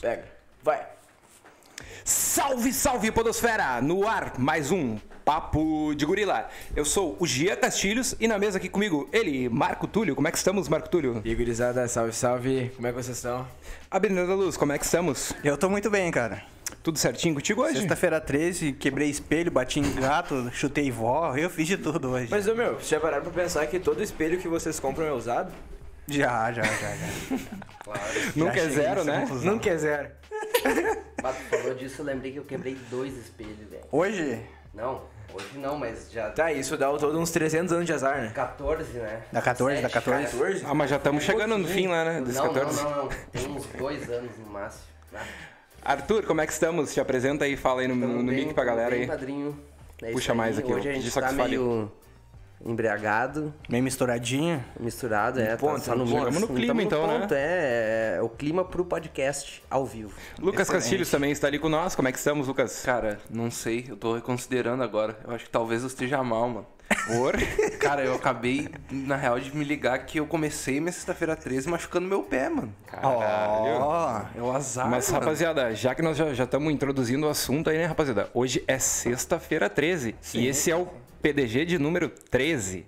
Pega. Vai. Salve, salve, Podosfera! No ar, mais um Papo de Gorila. Eu sou o Gia Castilhos e na mesa aqui comigo, ele, Marco Túlio. Como é que estamos, Marco Túlio? Igorizada, salve, salve. Como é que vocês estão? A Bernarda Luz, como é que estamos? Eu tô muito bem, cara. Tudo certinho contigo hoje? tá- Sexta-feira 13, quebrei espelho, bati em gato, chutei vó, eu fiz de tudo hoje. Mas, ô meu, vocês já pararam pra pensar que todo espelho que vocês compram é usado? Já, já, já, já. Nunca é Já cheguei zero, nessa né? conclusão. é zero. Mas tu falou disso, eu lembrei que eu quebrei dois espelhos, velho. Hoje, Não, hoje não, mas já Tá, isso dá ao todo uns 300 anos de azar, né? 14, né? Dá 14, dá Sete, 14. cara. 14? Ah, mas já estamos chegando no fim lá, né? Dos Não, 14. não, não, não. Tem uns dois anos no máximo. Tá? Arthur, como é que estamos? Te apresenta aí, fala aí no, Tamo no bem, mic pra tamo galera bem, aí. Padrinho. É isso Puxa mais aqui, Hoje eu a pedi gente só que tá tu fale. meio embriagado, meio misturadinho. misturado, é. ponto, tá só no Hum, chegamos máximo. no clima, Tamo então, né? ponto, É, é o clima pro podcast ao vivo. Lucas Excelente. Castilhos também está ali com nós. Como é que estamos, Lucas? Cara, não sei, eu tô reconsiderando agora. Eu acho que talvez eu esteja mal, mano. Por? Cara, eu acabei, na real, de me ligar que eu comecei minha sexta-feira 13 machucando meu pé, mano. Caralho. Ó, É o azar, Mas, mano. rapaziada, já que nós já estamos introduzindo o assunto aí, né, rapaziada? Hoje é sexta-feira 13 e esse é o PDG de número 13.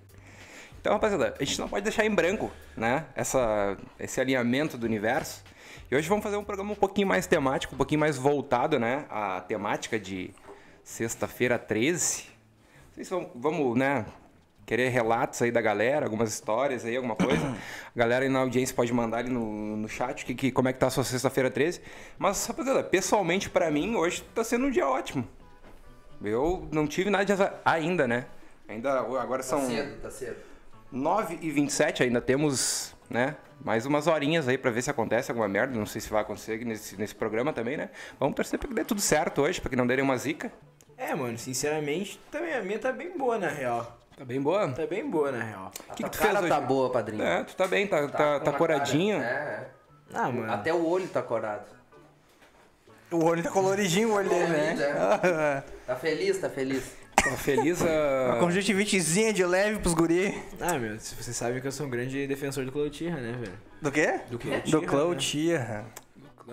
Então, rapaziada, a gente não pode deixar em branco, né? Essa, esse alinhamento do universo. E hoje vamos fazer um programa um pouquinho mais temático, um pouquinho mais voltado, né? À temática de sexta-feira 13. Não sei se vamos, vamos, né? Querer relatos aí da galera, algumas histórias aí, alguma coisa. A galera aí na audiência pode mandar ali no, no chat que, que, como é que tá a sua sexta-feira 13. Mas, rapaziada, pessoalmente pra mim, hoje tá sendo um dia ótimo. Eu não tive nada de azar ainda, né? Ainda agora são. tá cedo. 9 e 27 ainda temos, né? Mais umas horinhas aí pra ver se acontece alguma merda. Não sei se vai acontecer aqui nesse, nesse programa também, né? Vamos torcer pra que dê tudo certo hoje, pra que não dê nenhuma zica. É, mano, sinceramente, também a minha tá bem boa, na real. Tá bem boa? Tá bem boa, na real. O que, a que tu cara fez hoje? tá boa, padrinho. É, tu tá bem, tá, tá, com tá uma coradinho. cara- é, Ah, é. mano. Até o olho tá corado. o olho tá coloridinho, o olho dele, né? Tá feliz, tá feliz. Tá feliz Uma a... conjuntivitezinha um de leve pros guri. Ah, meu, se vocês sabem que eu sou um grande defensor do Clotirra, né, velho? Do quê? Do né? Clotirra. Do Cloutia.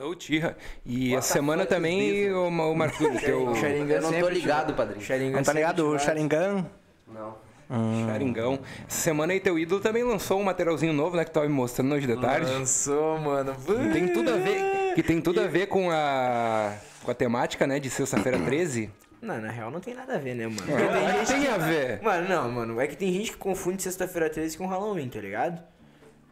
Ô, Tira. E What essa the semana fuck is também, this, o, Ma- o Marco, o teu Sharingan Eu não tô sempre ligado, te- padrinho. Sharingan Não tá sempre ligado? te O faz- Sharingan? Não. Charingão. Essa semana aí teu ídolo também lançou um materialzinho novo, né? Que tu tava me mostrando hoje de tarde. Lançou, mano. Que Tem tudo a ver, que tem tudo a ver com a com a temática, né, de sexta-feira 13. Não, na real não tem nada a ver, né, mano? Tem, tem a ver. Mano, não, mano. É que tem gente que confunde sexta-feira 13 com Halloween, tá ligado?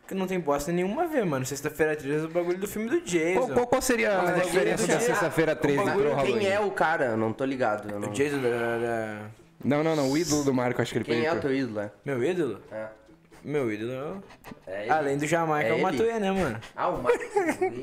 Que não tem bosta nenhuma a ver, mano. Sexta-feira 13 é o bagulho do filme do Qual, Jason. qual- qual seria Mas a é diferença que- da sexta-feira 13 Mas pro Halloween? Quem é o cara? Eu não tô ligado. Eu não... O Jason da, da- da- Não, não, não. O ídolo do Marco, acho que ele Quem é o perguntou. teu ídolo? É? Meu ídolo? É. Meu ídolo é o- É ele? Além do Jamaica, É eu ele? matei, né, mano? Ah, o Marcos.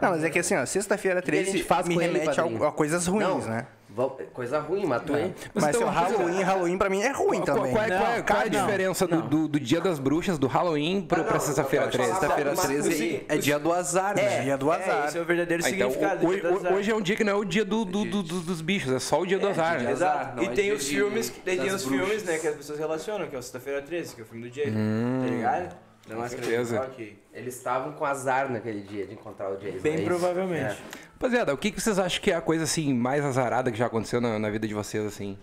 Não, mas é que assim, ó, sexta-feira que a gente 13 faz me com ele, remete padrinho? a, a coisas ruins, né? Vo- Coisa ruim, Matuê. Mas, então, seu uma coisa- Halloween, Halloween pra mim é ruim Qual, também. qual é, qual é- Não, qual é a não, diferença do, do, do Dia das Bruxas, do Halloween, pro, pra sexta-feira Tá. 13? Sexta-feira Mas, 13 é dia do azar, É, né? dia do É, azar. esse é o verdadeiro Ah, então, significado. hoje, do azar. hoje é um dia que não é o dia do, do- do- do- dos bichos, é só o dia do azar. né? Exato. não e é tem dia os de- filmes, daí tem das os filmes, né, que as pessoas relacionam, que é o Sexta-feira 13, que é o filme do Jason. tá ligado? Da máscara de certeza. Natal, que- é Eles estavam com azar naquele dia de encontrar o Jason. é Bem isso? provavelmente. É. Rapaziada, o que, que vocês acham que é a coisa assim mais azarada que já aconteceu na, na vida de vocês, assim?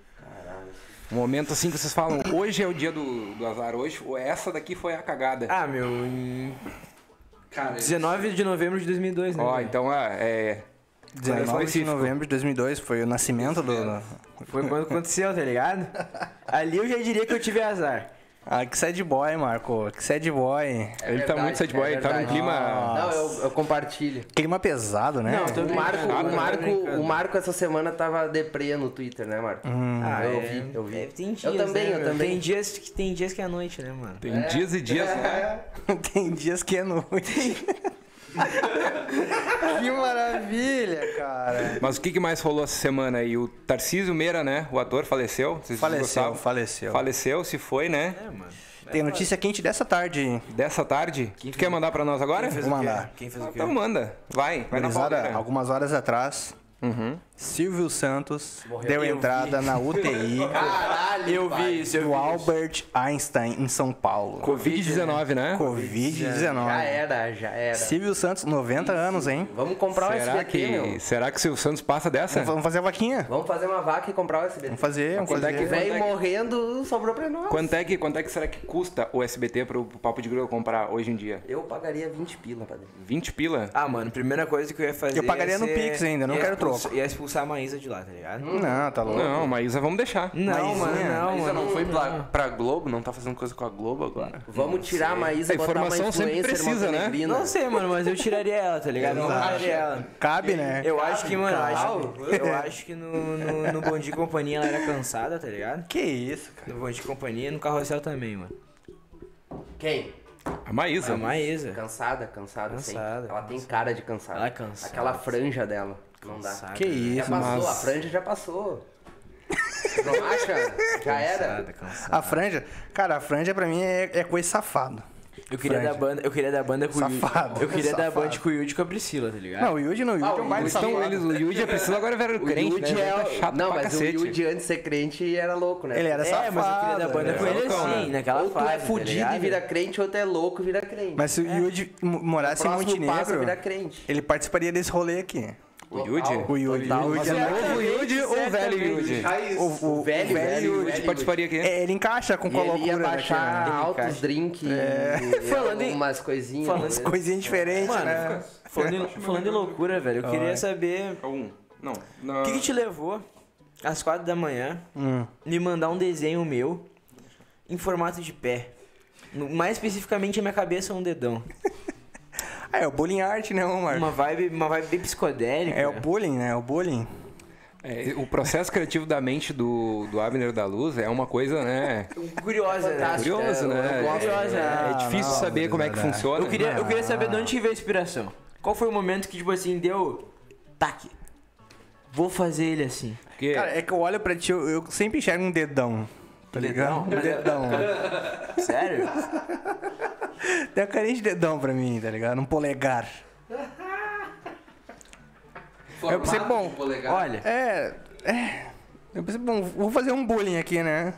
Um momento assim que vocês falam, hoje é o dia do, do azar, hoje, ou essa daqui foi a cagada. Ah, meu, em Cara, 19 de novembro de 2002, né? Ó, velho? então ah, é. 19 de específico. novembro de 2002 foi o nascimento do... Foi quando aconteceu, tá ligado? Ali eu já diria que eu tive azar. Ah, que sad boy, Marco. Que sad boy. É Ele tá verdade, muito sad boy, ele tá num verdade. Ah. clima- Não, eu, eu compartilho. Clima pesado, né? Não, tô O Marco, brincando, o, tô Marco, brincando. o Marco essa semana tava deprê no Twitter, né, Marco? Ah, eu é. vi, eu vi. É, tem dias, eu também, né, eu meu? também. Tem dias, que, tem dias que é noite, né, mano? Tem dias e dias, É. né? Tem dias que é noite. que maravilha, cara. Mas o que, que mais rolou essa semana aí? O Tarcísio Meira, né? O ator faleceu. Vocês Faleceu, gostavam? faleceu. Faleceu, se foi, né? É, mano. Tem notícia quente dessa tarde. Dessa tarde. tu quer mandar pra nós agora? Vou mandar. Quem fez Ah, o quê? então manda. Vai, vai na Uhum. Gurizada, pauleira. algumas horas atrás, Silvio Santos deu entrada na UTI Ah, Caralho, eu vi isso, do Albert Einstein em São Paulo. Covid-19, né? Já é. Covid-19. era, já era. Silvio Santos, 90 anos, hein? Vamos comprar o Será SBT, que, meu. será que o Silvio Santos passa dessa? Vamos fazer a vaquinha? Vamos fazer uma vaca e comprar o SBT. Vamos fazer, vamos Quanto é fazer. que- Velho morrendo, sobrou pra nós. Quanto é, que, quanto é que será que custa o SBT pro Papo de Grilo comprar hoje em dia? Eu pagaria 20 pila, padre. 20 pila? Ah, mano, primeira coisa que eu ia fazer. Eu pagaria ia no Pix ainda, não ia quero expulsar- troco. Ia expulsar a Maísa de lá, tá ligado? Não, tá louco. Não, Maísa, vamos deixar. Não, Maisinha. mano, não, Mas mano. ela não foi pra, pra Globo? Não tá fazendo coisa com a Globo agora? Vamos tirar a Maísa A e botar uma informação sempre influencer, precisa, uma né? peregrina. Não sei, mano, mas eu tiraria ela, tá ligado? Eu tiraria ela. Cabe, né? Eu acho que, mano, eu acho, eu acho que no, no, no Bom Dia e Companhia ela era cansada, tá ligado? Que isso, cara. No Bom Dia e Companhia e no Carrossel também, mano. Quem? A Ah, Maísa. A Maísa. Cansada, cansada, sim. Cansada, Ela tem cara de cansada. Ela é cansada. Aquela franja dela. Não dá. Cansada. Que Já isso, passou, mas- a franja já passou. Não acha? Já era. Cansada, cansada. A franja, cara, a franja pra mim é, é coisa safada. Eu queria Franja. dar banda, eu queria dar banda com o Yudi. Safado. Eu queria dar Safado. banda com o Yudi e com a Priscila, tá ligado? Não, o Yuji não, o Yuji é um baita Eles safado. estão, Então, eles, o Yudi e a Priscila agora vieram crente, né? Yudi Tá o- chato Não, pra mas cacete. o Yudi antes de ser crente era louco, né? Ele era é, safado. mas eu queria dar banda né? com ele Loucão, assim, né? naquela Ou tu fase. é fudido tá e ligado? vira crente, ou tu é louco e vira crente. Mas se o Yuji mo- morasse em Próximo passo é Montenegro, virar crente. ele participaria desse rolê aqui. O Yudi? O Yuji. Total. o Yuji é novo. Novo Yudi ou o velho Yudi? O, o- o velho, velho Yuji. O Yudi Velho participaria aqui. É, ele encaixa com E qual ele ia loucura baixar né, cara? É. altos drink e Falando em- algumas coisinhas. falando né? Coisinha diferente, Mano, né? falando, em- falando em loucura, velho, eu queria saber Um. Não. o não. que, que te levou às quatro da manhã Hum. me mandar um desenho meu em formato de pé. No- Mais especificamente a minha cabeça é um dedão. Ah, é o bullying art, né, Omar? Uma vibe, uma vibe bem psicodélica. É o bullying, né? O bullying. É, o processo criativo da mente do, do Abner da Luz é uma coisa, né? curiosa, né? Fantástico. Curioso, eu né? gosto, É, né? é difícil Ah, saber não, como é que não, não. funciona. Eu queria, eu queria saber de onde tive a inspiração. Qual foi o momento que, tipo assim, deu. Taque. Vou fazer ele assim. Porque- Cara, é que eu olho pra ti, eu, eu sempre enxergo um dedão. Tá ligado? Um dedão. Sério? Tem a carinha de dedão pra mim, tá ligado? Um polegar. Eu pensei, bom, Olha, É. É. Eu pensei, bom, vou fazer um bullying aqui, né?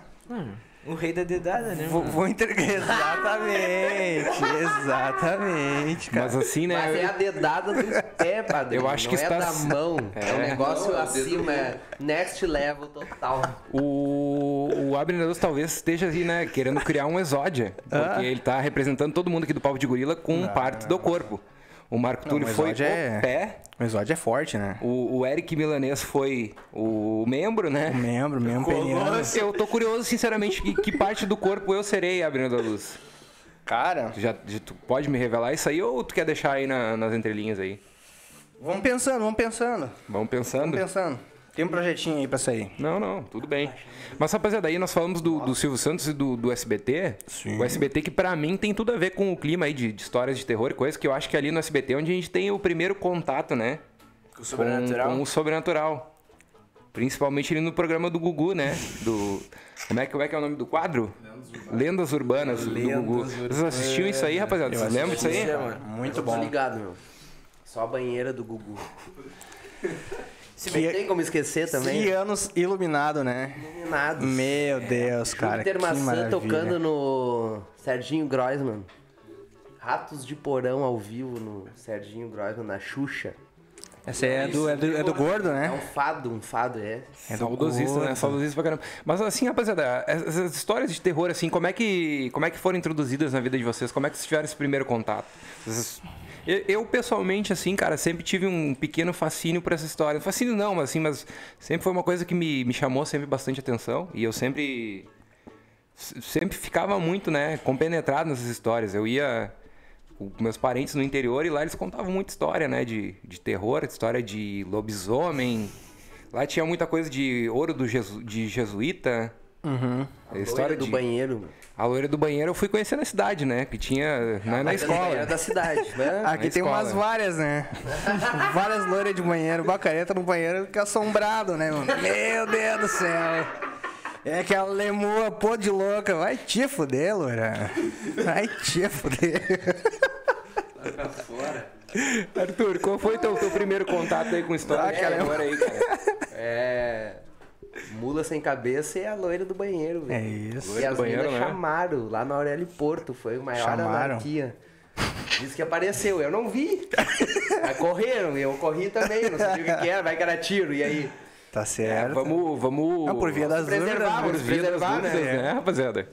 o um rei da dedada, né? Vou, vou entregar. Exatamente, exatamente, cara. Mas assim, né? Mas é a dedada do pé, padre. Eu acho não que é está- da mão. É, um É. negócio acima, é next level total. O, o Abner Deus talvez esteja assim, né? Querendo criar um exódia. Ah. Porque ele tá representando todo mundo aqui do Papo de Gorila com parte do corpo. O Marco Túlio mas foi exódia é- o pé, O exódio é forte, né? o, o Eric Milanês foi o membro, né? Membro, membro peniano. Eu tô curioso, sinceramente, que, que parte do corpo eu serei, Abner da Luz. Cara, Tu já de- tu pode me revelar isso aí ou tu quer deixar aí na- nas entrelinhas aí? vamos pensando, vamos pensando. Vamos pensando? Vamos pensando. Tem um projetinho aí pra sair. Não, não, tudo bem. Mas rapaziada, aí nós falamos do, do Silvio Santos e do, do SBT. Sim. O SBT que pra mim tem tudo a ver com o clima aí de, de histórias de terror e coisa que eu acho que ali no SBT é onde a gente tem o primeiro contato, né? Com o Com, com o sobrenatural. Principalmente ali no programa do Gugu, né? Do. Como é que, como é, que é o nome do quadro? Lendas Urbanas. do Gugu. Vocês assistiam isso aí, rapaziada? Vocês lembram disso aí? Muito Eu tô bom. ligado, meu. Só a banheira do Gugu. Se bem Que- que tem como esquecer Que também. anos iluminado, né? Nada. Meu Deus, cara. Inter Que Maçã maravilha. tocando no Serginho Groisman. Ratos de Porão ao vivo no Serginho Groisman, na Xuxa. Essa aí é do, é do, é do gordo, É um né? fado, um fado, é. É do Saudosista, né? gordo. Saudosista pra caramba. Mas assim, rapaziada, essas histórias de terror, assim, como é que, como é que foram introduzidas na vida de vocês? Como é que vocês tiveram esse primeiro contato? Vocês- Eu, eu, pessoalmente, assim, cara, sempre tive um pequeno fascínio por essa história. Fascínio não, mas assim, mas sempre foi uma coisa que me, me chamou sempre bastante atenção. E eu sempre. se- Sempre ficava muito, né, compenetrado nessas histórias. Eu ia com meus parentes no interior e lá eles contavam muita história, né, de, de terror, história de lobisomem. Lá tinha muita coisa de ouro do jesu, de jesuíta. A história Loira do de, banheiro. meu. A loira do banheiro eu fui conhecer na cidade, né? Que tinha na, na Loira do escola. Ah, banheiro da cidade, né? Aqui tem escola. umas várias, né? várias loiras de banheiro. Bacareta no banheiro que é assombrado, né, mano? Meu Deus do céu. É aquela lemoa pô de louca. Vai te fuder, loira. Vai te fuder. Arthur, qual foi teu, teu primeiro contato aí com história de cara, amor aí, cara? É. Mula sem cabeça e é a loira do banheiro, velho. É isso. E Loira do as banheiro, meninas né? chamaram lá na Aurélio Porto, foi o maior Chamaram. anarquia. Diz que apareceu, eu não vi. Mas correram, eu corri também, não sabia o que que era, vai que era tiro. E aí, Tá certo. É, Vamos, vamos... Ah, por via das preservar, urnas. Por né? via vamos das preservar, dúvidas, É. né? né, rapaziada?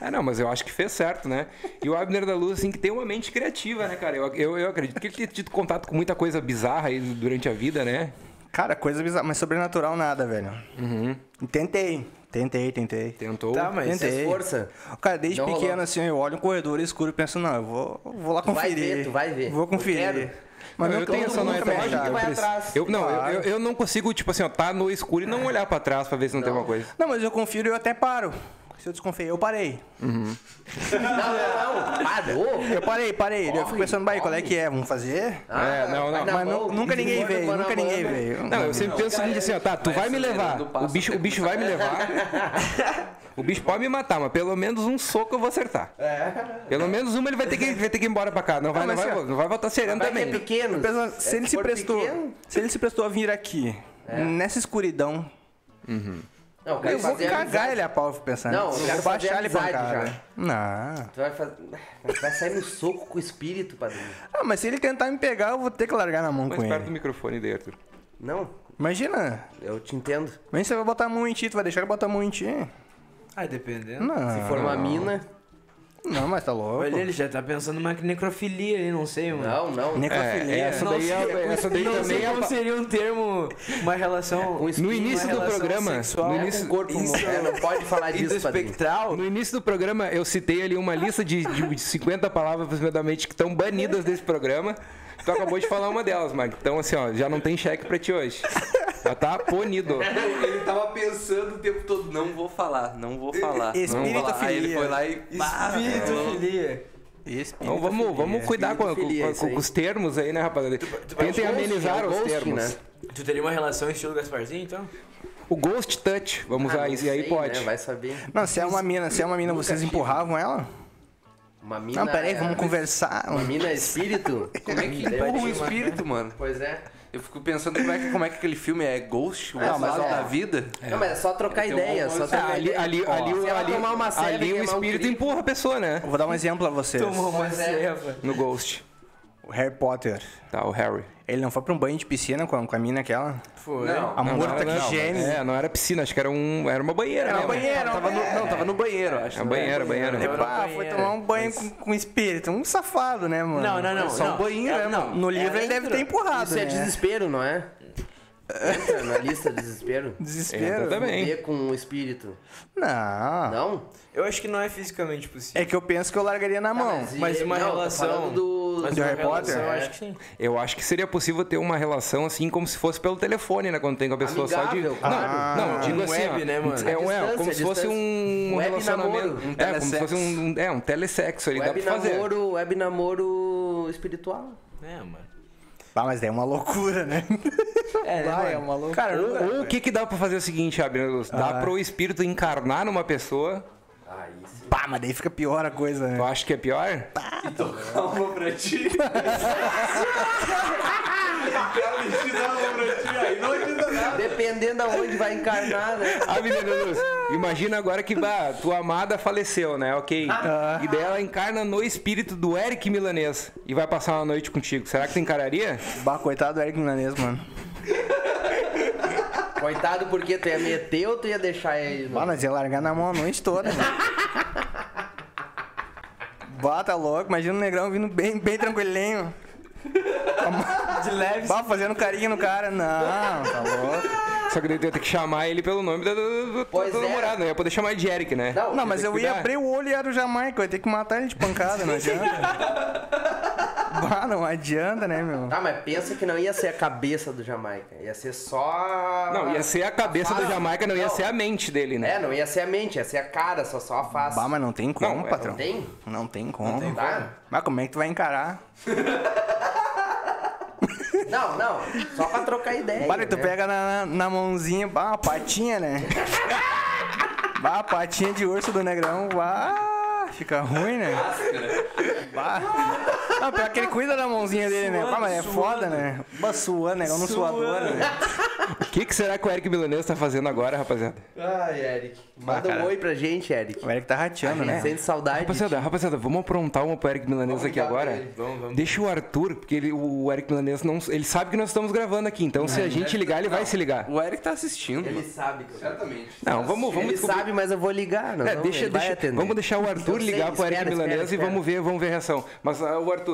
Ah, não, mas eu acho que fez certo, né? E o Abner da Luz, assim, que tem uma mente criativa, né, cara? Eu, eu, eu acredito que ele tenha tido contato com muita coisa bizarra aí durante a vida, né? Cara, coisa bizarra, mas sobrenatural nada, velho. Uhum. Tentei, tentei, tentei. Tentou. Tá, mas. se Tentei. esforça. Cara, desde Não pequeno, rolou. assim, eu olho um corredor escuro e penso, não, eu vou, vou lá Tu vai conferir. ver, tu vai ver. Vou Eu conferir. quero. Mas Não, não, é eu tenho essa nunca noite me lógica, acharam. vai atrás. Eu, não, eu- Claro. eu, eu não consigo, tipo assim, ó, tá no escuro e não olhar pra trás pra ver se não, tem alguma coisa. Não, mas eu confiro e eu até paro. Se eu desconfiei, eu parei. Não, não, não, parou. Eu parei, parei. Eu fico Corre, pensando, "Bah, qual é corre." que é? Vamos fazer? Ah, É, não, vai não. na Mas nu- mão, nunca ninguém desenvolve veio, com a nunca mão, ninguém né? veio. Não, eu sempre penso o seguinte assim, ó, tá, tu vai me levar. acelerando o passo O bicho, o bicho vai me levar. O bicho pode me matar, mas pelo menos um soco eu vou acertar. Pelo menos uma ele vai ter que, vai ter que ir embora pra cá. Não vai, Não, não, mas vai, assim, ó, não vai voltar sereno Vai que é também. pequeno. Eu penso, se É, ele se for prestou, pequeno- É. se ele se prestou a vir aqui, nessa escuridão, Não, eu quero vou fazer cagar amizade. ele a pau, eu fico pensando. Não, eu eu quero vou fazer baixar ele pra amizade cara. já. Não. Tu vai fazer. Vai sair no soco com o espírito, padrinho. Ah, mas se ele tentar me pegar, eu vou ter que largar na mão Mais com perto do ele. microfone daí, Arthur. Não, Imagina, eu te entendo. mas você vai botar a mão em ti, tu vai deixar ele botar a mão em ti? Ah, dependendo. Não, Se for Ah. uma mina. não, mas tá louco. Olha, ele já tá pensando numa necrofilia ali, não sei, mano. Não, não. Necrofilia. essa Não daí, é, sei- essa daí não também sei é a como seria um termo, uma relação. Um espírito No início do relação programa, sexual no com início, o corpo Isso. humano. É, Não pode falar disso, padrinho. espectral. no início do programa, eu citei ali uma lista de, de 50 palavras aproximadamente que estão banidas desse programa. Tu acabou de falar uma delas, Mike. Então, assim, ó, já não tem cheque pra ti hoje. Já tá punido. Ele tava pensando o tempo todo, não vou falar, não vou falar. Não vou falar. Aí ele Espiritofilia. foi lá e. Bah, velho. Espiritofilia. Então vamos, vamos cuidar com, com- Espiritofilia, com- isso aí. com os termos aí, né, rapaziada? Tentem Ghosting, amenizar é o os ghosting, termos. né? Tu teria uma relação estilo Gasparzinho, então? O ghost touch, vamos Ah, usar não isso. E aí sei, pode. né? Vai saber. Não, se é uma mina, se é uma mina, vocês empurravam ela? Uma mina. Não, peraí, é- vamos conversar. Uma mina é espírito? Como é que empurra um espírito, mano? Pois é. Eu fico pensando como é que, como é que aquele filme é Ghost, o Ah, mas lado ó. da vida. Não, mas é só trocar Então, um ideia. vamos- Só Ah, trocar ali, ideia. ali, ali, Se o- ela ali, tomar uma ceva ali e o queimar um espírito crivo. empurra a pessoa, né? Eu Vou dar um exemplo a vocês. Tomou uma cefa. No ghost. O Harry Potter. Tá, o Harry. Ele não foi pra um banho de piscina com a, com a mina aquela? Foi. A Não, não tá morta era- que não, geme. É, não era piscina, acho que era, um, era uma banheira. né, mano? Tava no, não, tava no banheiro, eu acho. É né? banheiro, banheiro. Não, não. é, Ah, foi tomar um banho com, com espírito. Um safado, né, mano? Não, não, não. Só não. um banheiro, É, né, mano? não. No livro ele deve ter empurrado, Isso né? é desespero, não é? Entra na lista de desespero. É, Desespero? Entra também. Ver com o espírito. Não. Não? Eu acho que não é fisicamente possível. É que eu penso que eu largaria na mão. mas e- Mas uma não, tá relação. falando do- mas do uma Harry Potter? relação, É. acho que sim. Eu acho que seria possível ter uma relação assim, como se fosse pelo telefone, né? Quando tem com a pessoa só Amigável, de. claro. Ah. Não, não, digo Um assim. web, ó, né, É, mano? um, A é distância, como a se fosse distância. um Web relacionamento. namoro. Um é, como se telesexo. fosse um, um- é, um telesexo ali. Dá pra Web fazer. namoro, web namoro espiritual. É, mano. Ah, mas daí é uma loucura, né? É, né, Vai, mano? é uma loucura. Cara, eu nunca- Ou o que, que dá pra fazer o seguinte, Abner? Luz? Dá pro espírito encarnar numa pessoa. Aí sim. Pá, mas daí fica pior a coisa, né? Eu acho que é pior. Calma pra ti. Quero te dar uma pra ti, aí não adianta nada. Dependendo aonde vai encarnar, né? Abner da Luz, imagina agora que bah, tua amada faleceu, né? Ok. E daí ela encarna no espírito do Eric Milanês e vai passar uma noite contigo. Será que tu encararia? Bah, coitado do Eric Milanês, mano. Coitado, porque tu ia meter ou tu ia deixar ele? Bah, No... nós ia largar na mão a noite toda, mano. Bah, tá louco. Imagina o negrão vindo bem, bem tranquilinho. Ah, De leve. Bah, fazendo carinho no cara. Não, tá louco. Só que daí tu ia ter que chamar ele pelo nome da, da, da, da, Pois da é. namorada, não ia poder chamar ele de Eric, né? Não, Não, mas eu ia cuidar. abrir o olho e era o Jamaica. Eu ia ter que matar ele de pancada, não adianta. Bah, não adianta, né, meu? Tá, mas pensa que não ia ser a cabeça do Jamaica. Ia ser só. Não, ia ser a cabeça da Jamaica, não ia ser a mente dele, né? É, não ia ser a mente, ia ser a cara, só, só a face. Bah, mas então. não tem como, Não, é, patrão. não tem? Não tem como. Tá? Mas como é que tu vai encarar? Não, não. Só pra trocar ideia. Olha, tu né? pega na, na mãozinha, bah, uma patinha, né? bah, a patinha de urso do negrão, bah, fica ruim, né? Bah. Não, pior que ele cuida da mãozinha dele, né? Bah, mas é foda, né? Bah, suando, né? Eu não suador, né? O que, que será que o Eric Milanês tá fazendo agora, rapaziada? Ai, Eric. Ah, Manda um cara. oi pra gente, Eric. O Eric tá rateando, né? Sente saudade. Rapaziada, rapaziada, vamos aprontar uma pro Eric Milanês aqui ligar pra agora. ele. Deixa o Arthur, porque ele- o Eric Milanês não. Ele sabe que nós estamos gravando aqui, então se a gente ligar, ele vai se ligar. O Eric tá assistindo. Ele mano. sabe. cara. Certamente. Não, vamos, vamos ele descobrir. sabe, mas eu vou ligar. Não, É, não, deixa, ele vai deixa- atender. vamos deixar o Arthur Eu sei, ligar pro Eric espera, Milanês espera, e espera. vamos ver, vamos ver a reação. Mas ah, o Arthur,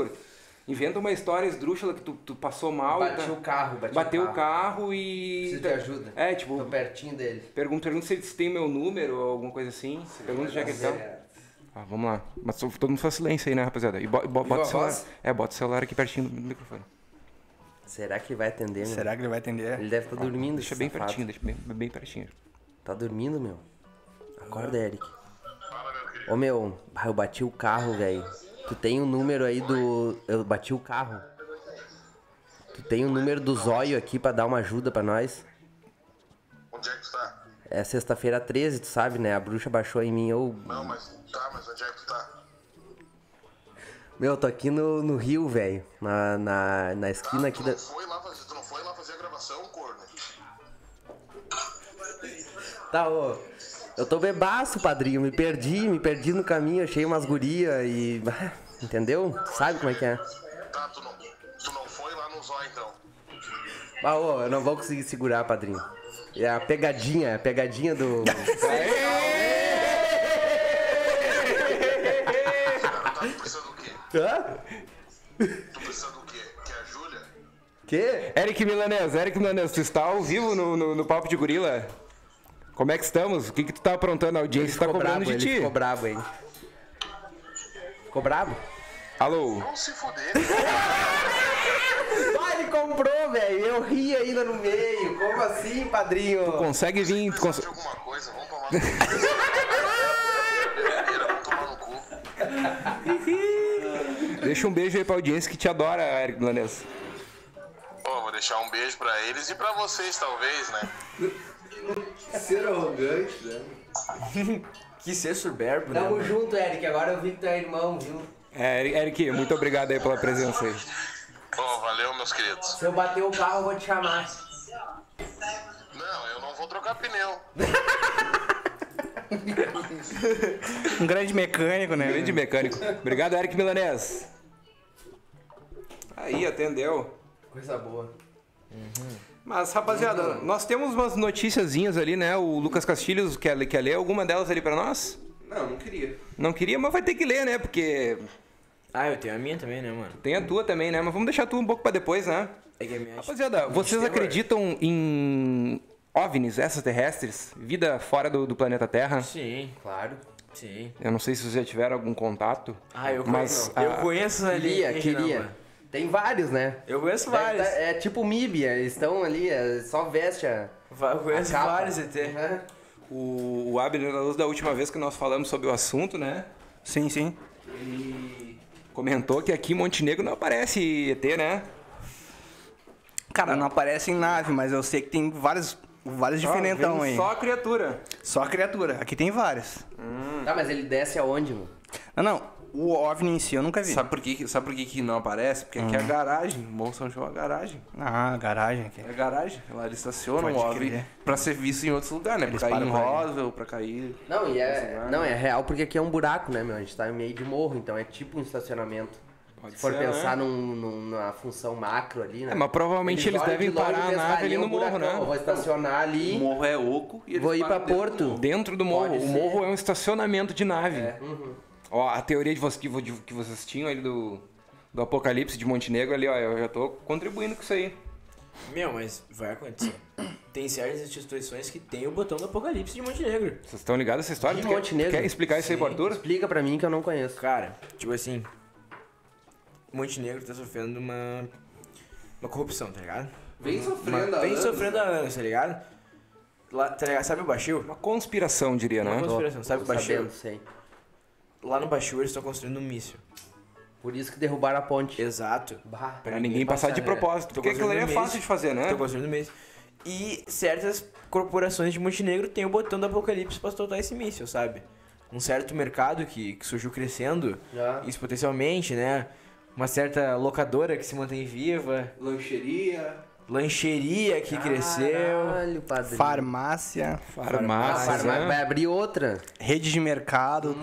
inventa uma história esdrúxula que tu, tu passou mal. e Bati tá- o carro, bati o Bateu o carro. carro e. Preciso de ajuda. É, tipo, Tô pertinho dele. pergunta, pergunta se eles têm meu número ou alguma coisa assim. Pergunta já que eles estão. Ah, vamos lá. Mas so- todo mundo faz silêncio aí, né, rapaziada? E bo- bo- bota o celular. voz? É, bota o celular aqui pertinho do microfone. Será que vai atender, meu? Será que ele vai atender? Ele deve estar dormindo. Ah, Deixa esse bem safado. pertinho, deixa bem, bem pertinho. Tá dormindo, meu? Acorda, Eric. Ô, meu, bah, eu bati o carro, velho. Tu tem o número aí do... Eu bati o carro. Tu tem o número do Zóio aqui pra dar uma ajuda pra nós? Onde é que tu tá? É sexta-feira 13, tu sabe, né? A bruxa baixou em mim, eu... Não, mas tá, mas onde é que tu tá? Meu, tô aqui no, no Rio, velho. Na, na, na esquina aqui Tu da... não, foi lá fazer, tu não foi lá fazer a gravação, corno? Tá, ô. Eu tô bebaço, padrinho. Me perdi, me perdi no caminho. Achei umas gurias e... Entendeu? Tu sabe como é que é. Tá, tu não, tu não foi lá no Zói então. Ah, ô, eu não vou conseguir segurar, padrinho. É a pegadinha, a pegadinha do. Cara, tá precisando do quê? Hã? Tu precisa do quê? Que é a Júlia? Quê? Eric Milanês, Eric Milanês, tu está ao vivo no, no, no Papo de Gorila? Como é que estamos? O que, que tu tá aprontando? A audiência tá ficou cobrando brabo, de ele ti. ficou brabo, hein? Ficou brabo? Alô? Não se fuder. Ah, ele comprou, velho. Eu ri ainda no meio. Como assim, padrinho? Consegue vir? tu cons- de alguma coisa, vamos pra Brincadeira, vamos tomar no cu. Deixa um beijo aí pra audiência que te adora, Eric Milanês. Ó, vou deixar um beijo pra eles e pra vocês, talvez, né? Ser arrogante, né? Que ser soberbo, né? Tamo mano? junto, Eric. Agora eu vi que tu é irmão, viu? É, Eric- Eric, muito obrigado aí pela presença aí. Ó, valeu, meus queridos. Se eu bater o carro, eu vou te chamar. Não, eu não vou trocar pneu. Um grande mecânico, né? Grande mecânico. Obrigado, Eric Milanês. Aí, atendeu. Uhum. Coisa boa. Mas, rapaziada, nós temos umas noticiazinhas ali, né? O Lucas Castilhos quer, quer ler alguma delas ali pra nós? Não, não queria. Não queria, mas vai ter que ler, né? Porque Ah, eu tenho a minha também, né, mano? tem a tua também, né? Mas vamos deixar a tua um pouco pra depois, né? É que a minha... Rapaziada, vocês terror. acreditam em OVNIs, extraterrestres? Vida fora do, do planeta Terra? Sim, Claro. sim. Eu não sei se vocês já tiveram algum contato. Ah, eu mas, conheço. eu conheço ali. Queria, hein, queria. Renan, mano? Tem vários, né? Eu conheço Deve vários. tá- é tipo MIB, eles estão ali, é, só veste a. Va- Eu conheço a capa. vários ET. Uhum. O, o Abner é da Luz, da última vez que nós falamos sobre o assunto, né? Sim, sim. Comentou que aqui em Montenegro não aparece ET, né? É. Cara, não aparece em nave, mas eu sei que tem vários, vários Ó, diferentão Ah, vem aí. Só a criatura. Só criatura. Aqui tem vários. Tá, mas ele desce aonde, mano? Não, não. O OVNI em si eu nunca vi. Sabe por, que, que- sabe por que, que não aparece? Porque aqui é a Hum. garagem. Bom São João é a garagem. Ah, garagem aqui. É a garagem. Lá eles estacionam Pode o OVNI crer. pra ser visto em outros lugares, né? Pra Eles cair param em por aí. Roswell, pra cair... Não, e é, não, é real porque aqui é um buraco, né, meu? A gente tá em meio de morro, então é tipo um estacionamento. Se for ser, né? pensar num, num- numa função macro ali, né? É, mas provavelmente eles olham devem de longe parar a e pensam, nave ali é um no morro, buracão, né? eu Vou estacionar O ali, morro é oco e eles vou ir param pra dentro do Porto. Dentro do morro. Pode O ser. morro é um estacionamento de nave. É. Ó, a teoria de vocês, que, vo- de- que vocês tinham ali do, do apocalipse de Montenegro ali, ó, eu já tô contribuindo com isso aí. Meu, mas vai acontecer. Tem certas instituições que tem o botão do apocalipse de Montenegro. Vocês estão ligados essa história? De Tu quer- Montenegro. é. Quer explicar isso aí pro Arthur? Explica pra mim que eu não conheço. Cara, tipo assim. Montenegro tá sofrendo uma. Uma corrupção, tá ligado? Vem sofrendo Uma- há Vem anos, sofrendo há anos, tá ligado? Lá, tá ligado? Sabe o Baixio? Uma conspiração, diria, Uma né? conspiração, sabe o Baixio? Sabendo, sei. Lá no Baixio eles estão construindo um míssil. Por isso que derrubaram a ponte. Exato. Bah. Pra ninguém passar de né? propósito. Porque aquilo ali é fácil de fazer, né? Tô construindo um míssil. E certas corporações de Montenegro têm o botão do apocalipse pra soltar esse míssil, sabe? um certo mercado que, que surgiu crescendo, Já. isso potencialmente, né? Uma certa locadora que se mantém viva, Lancheria. lancheria que cresceu, Caralho, padrinho. Farmácia, Ah, Farmácia, farmácia. né? Vai abrir outra. rede de mercado.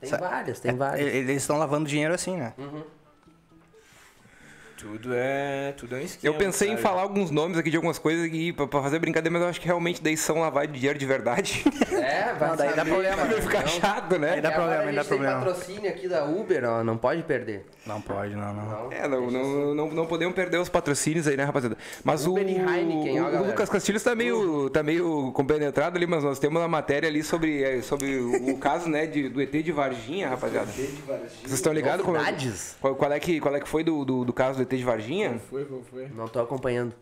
Tem várias, tem várias. Eles estão lavando dinheiro assim, né? tudo é, tudo é um esquema. Eu pensei em sabe? falar alguns nomes aqui de algumas coisas e pra, pra fazer brincadeira, mas eu acho que realmente daí são lavar de dinheiro de verdade. É, vai Não, daí dá saber, problema, cara. vai Fica Não. chato, Aí né? dá E É, agora problema, a aí gente dá tem problema. patrocínio aqui da Uber, ó, não pode perder. Não pode, não, não. Não. É, não, não, não, não podemos perder os patrocínios aí, né, rapaziada? Mas o, Uber e Heineken, ó, o, galera. Uh. Lucas Castilhos tá meio, tá meio compenetrado ali, mas nós temos uma matéria ali sobre, eh, sobre o o caso, né, de, do ET de Varginha, rapaziada. Vocês estão ligados? Qual, Novidades? qual, qual, é que, qual é que foi do, do, do caso do ET de Varginha? Não tô acompanhando.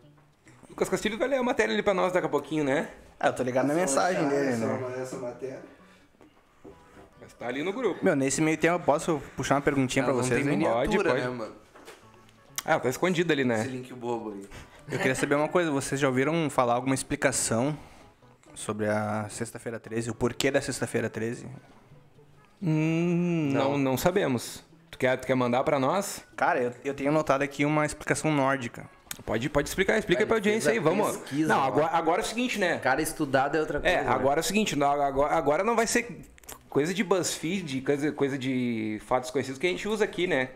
O Lucas Castilhos vai ler a matéria ali pra nós daqui a pouquinho, né? Ah, eu tô ligado na mensagem dele, né? Mas tá ali no grupo. Meu, nesse meio tempo eu posso puxar uma perguntinha pra não vocês, tem hein? Pode, miniatura, pode. né, mano? Ah, tá escondido ali, Esse né? link bobo aí. Eu queria saber uma coisa, vocês já ouviram falar alguma explicação sobre a sexta-feira 13, o porquê da sexta-feira 13? Hum, não. não, sabemos. Tu quer, tu quer mandar pra nós? Cara, eu, eu tenho notado aqui uma explicação nórdica. Pode, pode explicar, explica aí pra pesquisa- audiência aí, vamos. pesquisa, não, ó. agora, agora é o seguinte, né? Cara estudado é outra coisa. É, né? agora é o seguinte, não, agora, agora não vai ser coisa de BuzzFeed, coisa, coisa de fatos conhecidos que a gente usa aqui, né?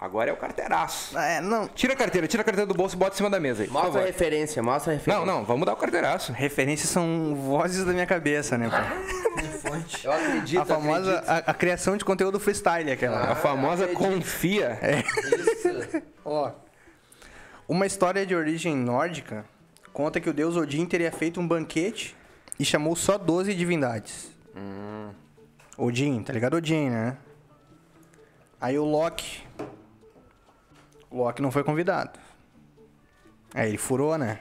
Agora é o carteiraço. É, não. Tira a carteira, tira a carteira do bolso e bota em cima da mesa aí. por Mostra a favor. referência, mostra a referência. Não, não, vamos dar o carteiraço. Referências são vozes da minha cabeça, né? pô? Eu acredito, A famosa acredito. a, a criação de conteúdo freestyle, aquela. A famosa confia. Isso. Ó. Uma história de origem nórdica conta que o deus Odin teria feito um banquete e chamou só 12 divindades. Odin, tá ligado? Odin, né? Aí o Loki. O Loki não foi convidado. Aí ele furou, né?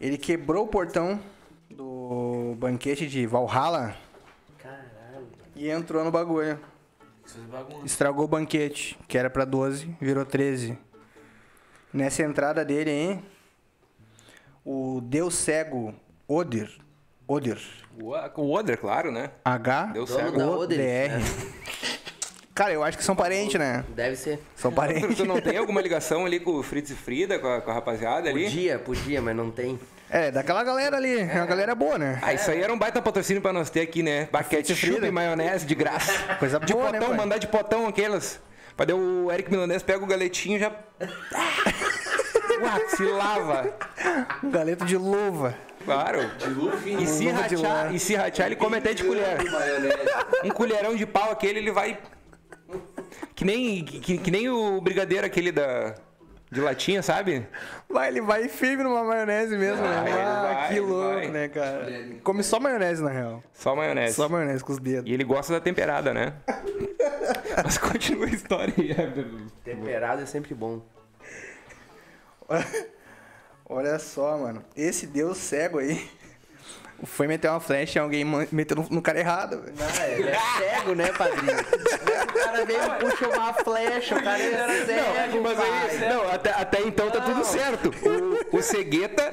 Ele quebrou o portão do banquete de Valhalla Caralho. e entrou no bagulho. Estragou o banquete, que era pra 12, virou 13. Nessa entrada dele, hein? O deus cego Oder, Oder, O Oder, claro, né? H Deus Dono cego. da O D Oderic, R. Cara, eu acho que são parentes, né? Deve ser. São Tu, parentes. tu não tem alguma ligação ali com o Fritz e Frida, com a, com a rapaziada ali? Podia, podia, mas não tem. É, daquela galera ali, é uma galera boa, né? Ah, isso aí era um baita patrocínio pra nós ter aqui, né? Baquete Fritz e frio Frida. e maionese de graça. Coisa de boa, né, potão, pai? mandar de potão aquelas. Pra daí o Eric Milanês pega o galetinho e já. Uá, se lava. Um galeto de luva. Claro. E se Luva de rachar, lã. e se rachar, ele come até de colher. Um colherão de pau aquele, ele vai. Que nem, que, que nem o brigadeiro aquele da. De latinha, sabe? Vai, ele vai firme numa maionese mesmo, Vai, né? ele Ah, vai, que ele louco, vai. né, cara? Come só maionese, na real. Só maionese. Só maionese com os dedos. E ele gosta da temperada, né? Mas continua a história aí, Abner. Temperado é sempre bom. Olha só, mano. Esse deus cego aí foi meter uma flecha e alguém man- meteu no, no cara errado. velho. Ah, ele é cego, né, padrinho? o cara veio e puxa uma flecha, o cara é cego. Mas aí, não, até, até então tá tudo certo. O, o cegueta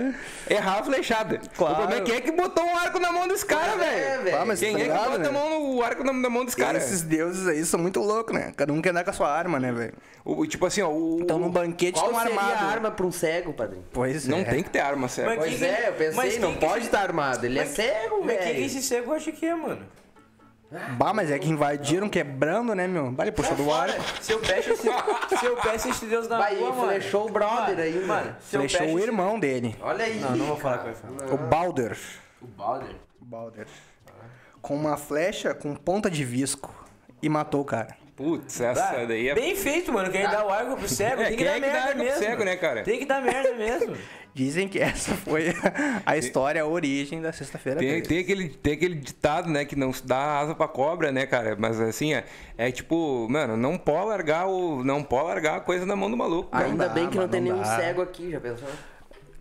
errar a flechada. O problema é quem é que botou um arco na mão desse cara, É, velho. velho. Ah, mas Quem tá é que ligado, bota né? a mão no arco na, na mão desse cara? Esses deuses aí são muito loucos, né? Cada um quer andar com a sua arma, né, velho? O, tipo assim, ó, o, Então no banquete Qual estão seria armados. a arma pra um cego, padrinho? Pois não é. tem que ter arma, sério. Mas- Pois quem que- é, eu mas pensei, quem não que- pode estar armado. Ele é cego, Mas quem que velho. esse cego acha que é, mano? Bah, mas é que invadiram, quebrando, né, meu? Bah, ele puxou é do arco. Se eu peço esse, se eu peço esse Deus na Vai, rua, mano. flechou o brother aí, mano. se eu Flechou peço o esse- irmão dele, Olha aí. Não, não vou falar com ele. fala. Ah. o Balder. O Balder. Balder. Com uma flecha com ponta de visco. E matou o cara. Putz, essa daí é. Bem feito, mano. Quem dá o arco pro cego, É, tem que quem dar é que dá merda arco pro mesmo. cego, né, cara? Tem que dar merda mesmo. Dizem que essa foi a história, a origem da sexta-feira. Tem, 13. tem aquele, tem aquele ditado, né, que não se dá asa pra cobra, né, cara? Mas assim, é, é tipo, mano, não pode largar o. Não pode largar a coisa na mão do maluco. cara. Ainda dá, bem que não mano, tem não nenhum dá. cego aqui, já pensou?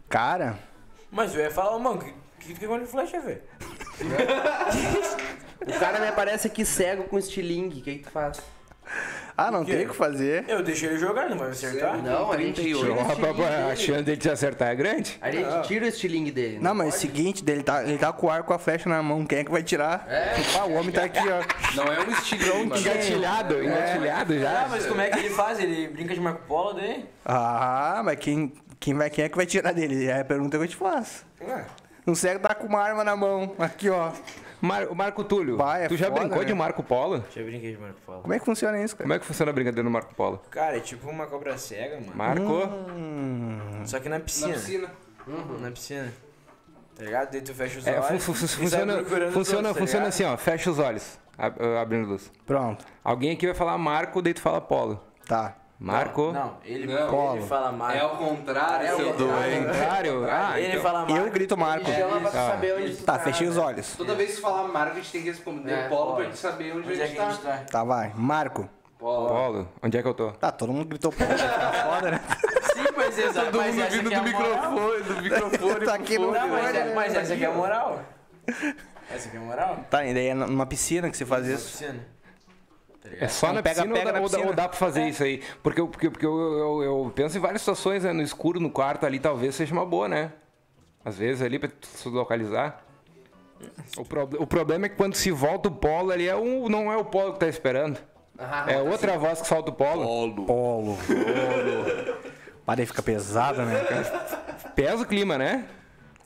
Cara, Mas eu ia falar, ô, mano, que que que de flecha, é, velho? O cara me aparece aqui cego com estilingue, o que que tu faz? Ah, não quê? tem o que fazer. Eu deixei ele jogar, não vai me acertar? Não, a gente tira o Opa, estilingue opa, a dele. chance dele te acertar é grande. A gente tira o estilingue dele. Não, mas é o seguinte, ele tá, ele tá com o arco com a flecha na mão, quem é que vai tirar? É. Ah, o homem tá aqui, ó. Não é um estilão Engatilhado, engatilhado já. Ah, mas como é que ele faz? Ele brinca de Marco Polo daí? Ah, mas quem, quem, vai, quem é que vai tirar dele? É a pergunta que eu te faço. Não cego tá com uma arma na mão, aqui, ó. Mar- o Marco Túlio, Vai, é tu já foda, brincou né? de Marco Polo? Já brinquei de Marco Polo. Como é que funciona isso, cara? Como é que funciona a brincadeira do Marco Polo? Cara, é tipo uma cobra cega, mano. Marco? Só que na piscina. É Na piscina. Na piscina. Tá ligado? Daí tu fecha os É, fun- olhos. fun- fun- e sai funciona Tá procurando os funciona, outros, tá funciona ligado? assim, ó. Fecha os olhos, ab- abrindo luz. Pronto, Alguém aqui vai falar Marco, daí tu fala Polo. tá. Marco? Não, ele, Não. ele fala É Marco. ao contrário, seu doente. Contrário? Ah, Ele então- fala Eu Marco. grito Marco. Chama pra tu saber onde tu Tá, fechei os olhos. Toda vez que falar marca, a gente tem que responder É, polo pra polo. gente saber onde, Onde a é gente que a gente tá. tá? Tá, vai. Marco. Polo, onde é que eu tô? Tá, todo mundo gritou Polo. Tá foda, né? Sim, mas exato. Todo mas mundo essa vindo aqui é do a moral. microfone, do microfone. Tá aqui pro no- fone. Não, mas, é- mas essa aqui é a moral. Essa aqui é a moral? Tá, e daí é numa piscina que você faz Na isso. piscina. É só Então na pega- piscina, ou pega dá- na ou, dá, piscina. É. ou dá pra fazer isso aí? Porque, eu- porque, porque eu, eu, eu penso em várias situações, né? No escuro, no quarto ali, talvez seja uma boa, né? Às vezes ali, pra tu se localizar. O, prob- o problema é que quando se volta o polo ali, é um, não é o polo que tá esperando. é outra voz que solta o polo. Ah, Polo. Para aí, fica pesado, né? cara? Pesa o clima, né?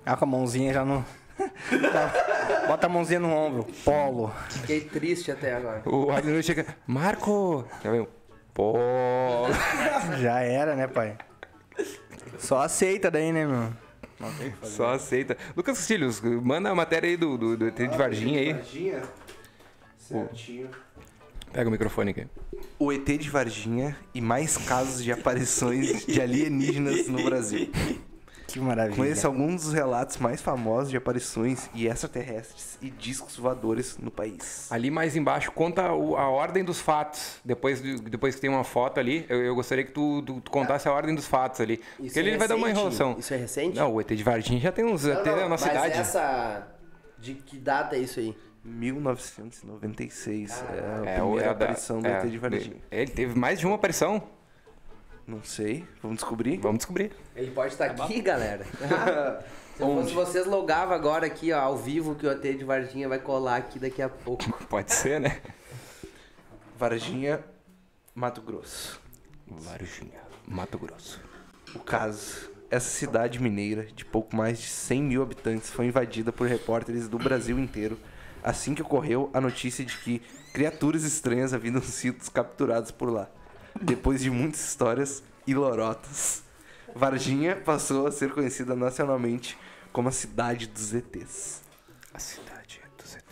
Ah, com a mãozinha já no. Tá, Bota a mãozinha no ombro. Polo. Fiquei triste até agora. O Adriano chega, Marco! Já vem um, o polo. Já era, né, pai? Só aceita daí, né, meu? Só aceita. Lucas Castilhos, manda a matéria aí do, do, do ET de Varginha aí. Varginha? Certinho. Pega o microfone aqui. O ET de Varginha e mais casos de aparições de alienígenas no Brasil. Que maravilha. Conheça alguns dos relatos mais famosos de aparições e extraterrestres e discos voadores no país. Ali mais embaixo conta o- a ordem dos fatos. Depois, de- depois que tem uma foto ali, eu, eu gostaria que tu, tu- tu contasse a ordem dos fatos ali. porque é ele vai dar uma recente? enrolação. Isso é recente? Não, o ET de Varginha já tem uns. Já tem na mas nossa idade. essa... De que data é isso aí? 1996 é a Ah, o- primeira a da- aparição do é, ET de Varginha. Ele teve mais de uma aparição. Não sei, vamos descobrir. Vamos descobrir. Ele pode estar aqui, galera. Se eu fosse vocês, logava agora aqui, ó, ao vivo, que o AT de Varginha vai colar aqui daqui a pouco. Pode ser, né? Varginha, Mato Grosso. Varginha, Mato Grosso. O caso. Essa cidade mineira, de pouco mais de 100 mil habitantes, foi invadida por repórteres do Brasil inteiro assim que ocorreu a notícia de que criaturas estranhas haviam sido capturadas por lá. Depois de muitas histórias e lorotas, Varginha passou a ser conhecida nacionalmente como a cidade dos ETs. A cidade dos ETs.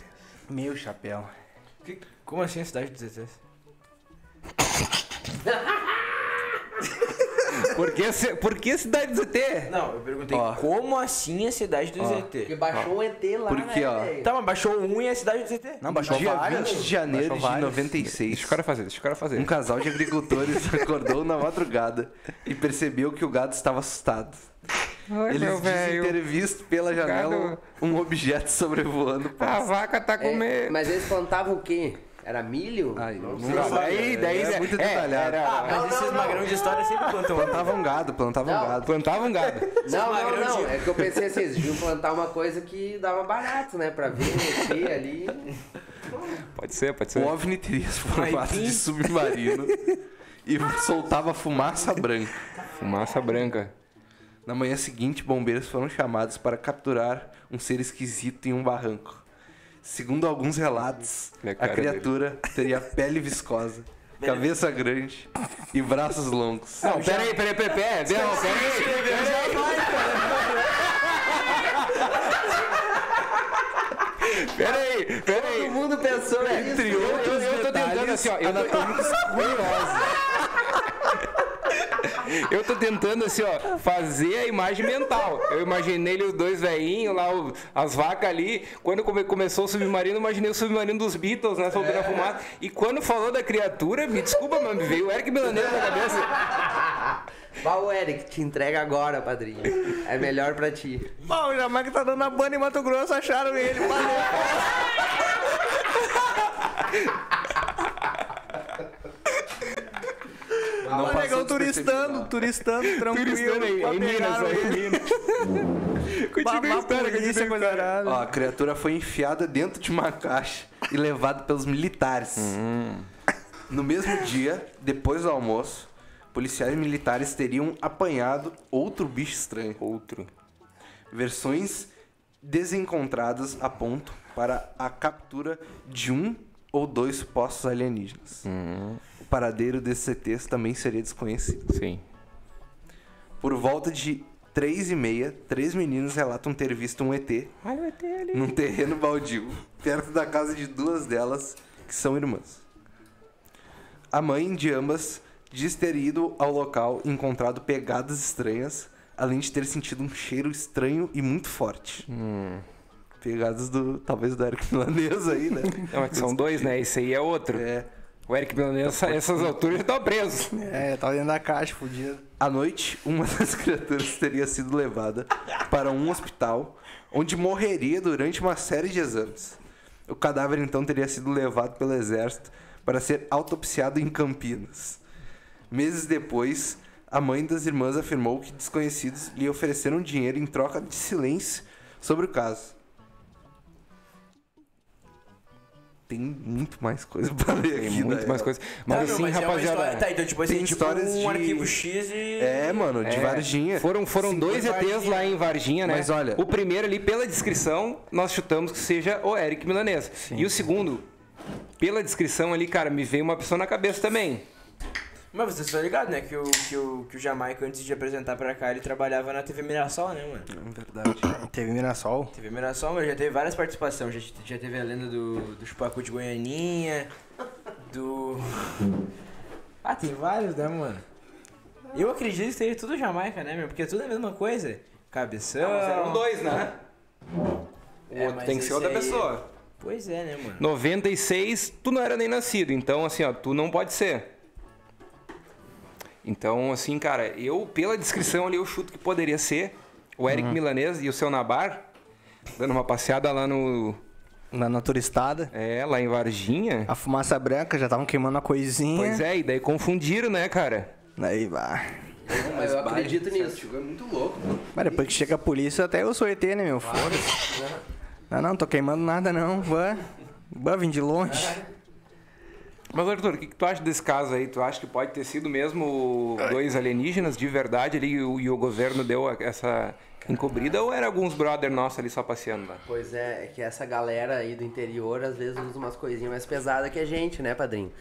Meu chapéu. Que- Como assim a cidade dos ETs? Por que, ci- por que cidade dos ET? Não, eu perguntei Ó. como assim a cidade dos Porque ETs? baixou um ET lá, Porque, né, ó, velho? Tá, mas baixou um e a cidade dos ETs? Não, baixou Dia vários. 20 de janeiro Baixou de vários. 96. Deixa o cara fazer, deixa o cara fazer. Um casal de agricultores acordou na madrugada e percebeu que o gado estava assustado. Ai, Eles dizem ter visto pela janela gado- um objeto sobrevoando. A vaca tá É, comendo. mas eles plantavam o quê? Era milho? Ai, Não não sei. dá. Aí, daí é, Zé- muito é, detalhado. era- Mas esses magrão de história sempre plantam. Plantavam gado, plantavam Não. gado. Plantava um gado. Não, não, magrão não. de- É que eu pensei assim, eles deviam plantar uma coisa que dava barato, né? Pra ver mexer ali. Pode ser, pode ser. O Um OVNI teria formato Aipim. de submarino e soltava fumaça branca. Fumaça branca. Na manhã seguinte, bombeiros foram chamados para capturar um ser esquisito em um barranco. Segundo alguns relatos, Olha É a a cara criatura teria pele viscosa, cabeça grande e braços longos. Não, peraí, peraí, peraí, peraí. Não, peraí. Peraí, Todo peraí. mundo pensou nisso. né? Entre Eu, eu, outros eu tô tentando detalhes assim, ó. Eu tô, anatômicos curiosos. eu tô tentando assim, ó, fazer a imagem mental. Eu imaginei ele, os dois velhinhos lá, o- as vacas ali. Quando come- começou o submarino, eu imaginei o submarino dos Beatles, né? É. Soltando a fumaça. E quando falou da criatura, me desculpa, mas me veio o Eric Milaneiro na cabeça. Bah, o Eric, te entrega agora, padrinho. É melhor pra ti. Bom, o Jamaica tá dando a banda em Mato Grosso, acharam ele. Valeu. turistando, turistando, tranquilo. Turistando aí, em Minas, pegaram aí, em ele. Minas. Continua a Babá, história, polícia, continua a coisa história. arada. Ó, a criatura foi enfiada dentro de uma caixa e levada pelos militares. No mesmo dia, depois do almoço, policiais militares teriam apanhado outro bicho estranho. Outro. Versões desencontradas apontam para a captura de um ou dois supostos alienígenas. O paradeiro desses CTs também seria desconhecido. Sim. Por volta de três e meia, três meninos relatam ter visto um ET Olha o ET ali. num terreno baldio, perto da casa de duas delas, que são irmãs. A mãe de ambas diz ter ido ao local e encontrado pegadas estranhas, além de ter sentido um cheiro estranho e muito forte. Pegadas do. talvez do Eric Milanês aí, né? Não, é que são dois, né? Esse aí é outro. É. O Eric Milanês, a essas alturas, já tá preso. É, tava dentro da caixa, fudido. À noite, uma das criaturas teria sido levada para um hospital, onde morreria durante uma série de exames. O cadáver então teria sido levado pelo exército para ser autopsiado em Campinas. Meses depois, a mãe das irmãs afirmou que desconhecidos lhe ofereceram dinheiro em troca de silêncio sobre o caso. Tem muito mais coisa pra ler Tem aqui, né? muito mais coisa. Mas Tá, meu, assim, mas é uma rapaziada. história- Tá, então tipo assim, tem tipo histórias um de- arquivo X e... É, mano, de É, Varginha. Foram, foram dois ETs Varginha. lá em Varginha, né? Mas olha- O primeiro ali, pela descrição, nós chutamos que seja o Eric Milanês. E o segundo, pela descrição ali, cara, me veio uma pessoa na cabeça também. Mas vocês estão ligados, né? Que o, que, o, que o Jamaica, antes de apresentar pra cá, ele trabalhava na TV Mirassol, né, mano? Verdade. Teve um Mirassol. TV Mirassol, mas já teve várias participações. Já, já teve a lenda do, do Chupacu de Goianinha, do... Ah, tem vários, né, mano? Eu acredito que seja tudo Jamaica, né, meu? Porque tudo é a mesma coisa. Cabeção... dois, né? O É, outro mas tem que esse ser outra aí- pessoa. Pois é, né, mano? 96, tu não era nem nascido, então assim, ó, tu não pode ser. Então, assim, cara, eu, pela descrição ali, eu chuto que poderia ser o Eric Milanês e o seu Nabar, dando uma passeada lá no. Lá na turistada. É, lá em Varginha. A fumaça branca, já estavam queimando a coisinha. Pois é, e daí confundiram, né, cara? Daí, vá. Mas eu acredito nisso. Chegou muito louco, mano. Mas depois que chega a polícia, até eu sou ET, né, meu? Foda-se. Não, não, tô queimando nada, não. Vã. Vã, vim de longe. Mas, Arthur, o que, que tu acha desse caso aí? Tu acha que pode ter sido mesmo dois alienígenas de verdade ali e o, e o governo deu a- essa encobrida ou era alguns brother nossos ali só passeando lá? Pois é, é que essa galera aí do interior às vezes usa umas coisinhas mais pesadas que a gente, né, padrinho?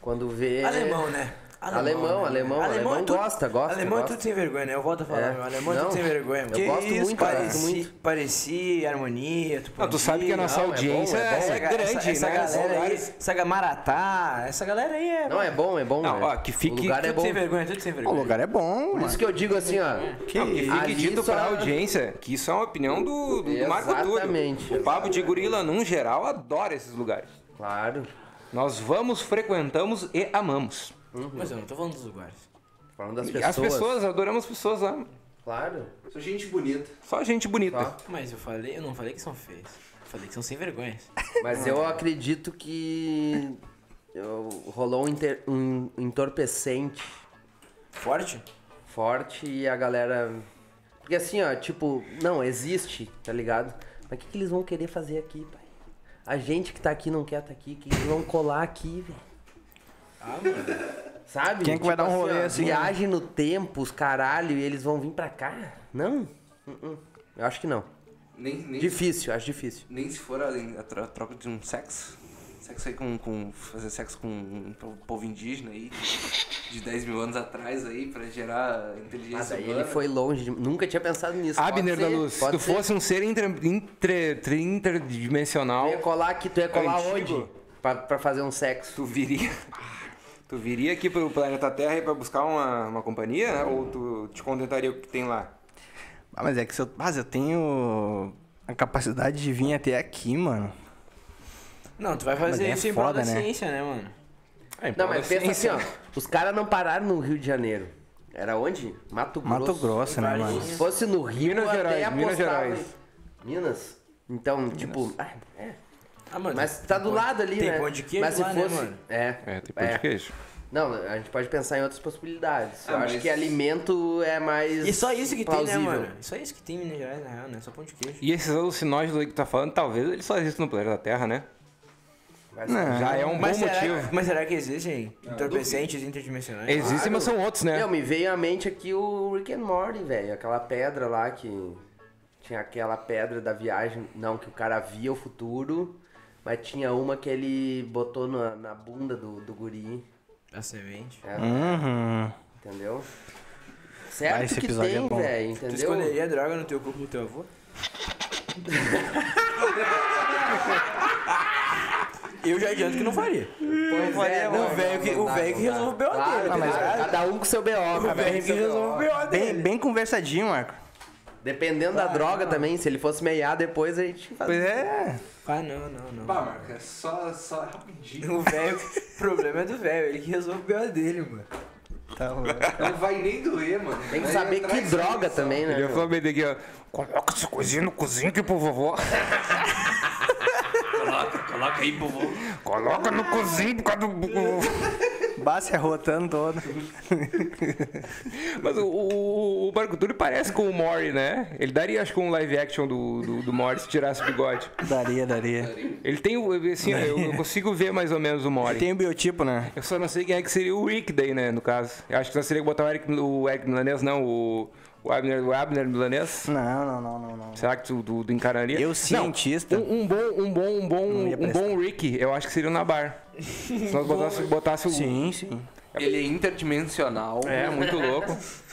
Quando vê. Alemão, né? É. é Alemão, alemão, alemão tudo- gosta, gosta, Alemão é gosta. tudo sem vergonha, né? Eu volto a falar, É. meu. Alemão é Não, tudo sem vergonha. mano. eu gosto muito, cara, parecia, gosto muito. Parecia harmonia, tu Não, tu podia, sabe que a nossa Não, é audiência bom, é bom. é, essa- grande, essa, essa né? São Galera aí, vários- essa ga- Maratá, essa galera aí é. Não, é bom, é bom. Não, né? ó, que fique- O lugar tudo é bom. sem vergonha, tudo sem vergonha. O lugar é bom, Por mano. isso que eu digo assim, ó. Que Não, que fique Ali dito só- pra audiência que isso é uma opinião do, do Marco Túlio. Exatamente. O Pablo de Gorila, num geral, adora esses lugares. Claro. Nós vamos, frequentamos e amamos. Uhum. Mas eu não tô falando dos lugares. Falando das E pessoas. As pessoas, adoramos as pessoas lá. Claro. Sou gente bonita. Só gente bonita. Tá. Mas eu falei, eu não falei que são feios. Eu falei que são sem vergonhas. Mas eu acredito que eu- rolou um, inter- um entorpecente Forte? forte e a galera. Porque assim, ó, tipo, não, existe, tá ligado? Mas o que, que eles vão querer fazer aqui, pai? A gente que tá aqui não quer tá aqui, que eles vão colar aqui, velho. Ah, Sabe? Tipo Quem é que vai dar um rolê ó, assim, né? Viagem no tempo, os caralho, e eles vão vir pra cá? Não? Uh-uh. Eu acho que não. Nem, nem, Difícil, acho difícil. nem se for a, a tro- a troca de um sexo. Sexo aí com, com- Fazer sexo com um po- povo indígena aí. de- De 10 mil anos atrás aí, pra gerar Ah, inteligência. daí humana. ele foi longe, de- nunca tinha pensado nisso. Abner Pode da ser, Luz, se pode tu ser. fosse um ser intra- intra- tri- interdimensional, Tu ia colar aqui, tu ia colar Antigo. onde? Pra, pra fazer um sexo. tu viria. Tu viria aqui pro planeta Terra pra buscar uma, uma companhia, né? Ou tu te contentaria com o que tem lá? Ah, mas é que se eu. Mas eu tenho a capacidade de vir até aqui, mano. Não, tu vai mas fazer aí é isso em prol foda, da né? ciência, né, mano? Não, mas pensa assim, ó. Os caras não pararam no Rio de Janeiro. Era onde? Mato Grosso. Mato Grosso, né, mano? Se fosse no Rio, Minas eu até Gerais, Minas apostava em- Gerais. Minas? Então, tipo... ah, é. Ah, mano, Mas tá do tem lado ali, tem né? pão de queijo Mas se lá, né, fosse... mano? É, É, tem pão de queijo. Não, a gente pode pensar em outras possibilidades. Eu Ah, acho mas- que alimento é mais. E só isso que plausível. tem, né, mano? Só isso que tem em Minas Gerais, na real, né? Só pão de queijo. E esses alucinógenos aí que tu tá falando, talvez eles só existam no planeta Terra, né? Mas- Já é um bom será, motivo. Ah, mas será que Ah, existem entorpecentes interdimensionais? Existem, mas são outros, É. né? Meu, me veio à mente aqui o Rick and Morty, velho. Aquela pedra lá que. Tinha aquela pedra da viagem. Não, que o cara via o futuro. Mas tinha uma que ele botou na, na bunda do, do guri. A semente. né? Uhum. Entendeu? Certo Ah, esse que episódio tem, é bom. velho, Tu entendeu? esconderia droga no teu corpo do teu avô? Eu já adianto que não faria. Pois é, não, o velho que, não o dá, velho que não dá. resolve o BO Claro, Ah, dele, tá claro, ligado? Cada um com seu BO, O cada um com velho que seu BO. resolve o BO Bem, dele. bem conversadinho, Marco. Dependendo da droga também, se ele fosse meiar depois a gente Tá Pois fazia. é. Ah, não, não, não. Pá, Marca, é só, só rapidinho. O velho, o problema é do velho, ele que resolve o BO dele, mano. Tá louco. Não vai nem doer, mano. Tem que Vai saber que atrás droga disso. também, né? Ele meu? falou meio daqui, ó. Coloca essa coisinha no cozinho aqui pro vovó. Coloca aí, por favor. Coloca no cozinho por causa do. Basta se arrotando todo. Mas o, o, o Marco Túlio parece com o Mori, né? Ele daria, acho que, um live action do, do, do Mori se tirasse o bigode. Daria, daria. Ele tem o. Assim, eu, eu consigo ver mais ou menos o Mori. Tem o biotipo, né? Eu só não sei quem é que seria o Rick daí, né, no caso. Eu acho que nós teria que botar o Eric, o Eric Milanês, não, o, o, Abner, o Abner Milanês. Não, não, não, não, não. Será que tu, tu, tu encararia? Eu, Não, cientista. um, um bom, um bom, um bom, ia um bom Rick, eu acho que seria o Nabar. Se nós botasse, botasse o... Sim, sim. Ele é interdimensional. É, muito louco.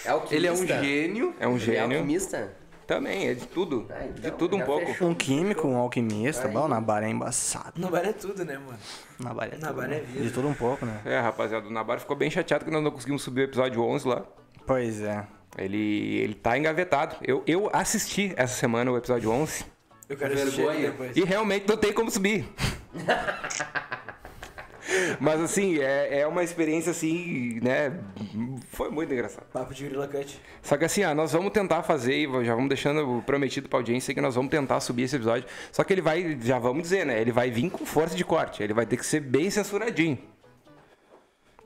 Alquimista. Ele é um gênio. É um Ele é gênio. alquimista? Também, é de tudo. Ah, de então, tudo um já pouco. fechou. Um químico, um alquimista. Bom, na baré é embaçado. Nabar é tudo, né, mano? Na baré é tudo, Nabar é né? vida. De tudo um pouco, né? É, rapaziada, o Nabar ficou bem chateado que nós não conseguimos subir o episódio 11 lá. Pois é. Ele, ele tá engavetado. Eu, eu assisti essa semana o episódio 11 Eu quero assistir ele Vergonha. depois. E realmente não tem como subir. Mas assim, é, é uma experiência assim, né? Foi muito engraçado. Papo de gorila cut. Só que assim, ah, nós vamos tentar fazer, e já vamos deixando prometido pra audiência que nós vamos tentar subir esse episódio. Só que ele vai, já vamos dizer, né? Ele vai vir com força de corte. Ele vai ter que ser bem censuradinho.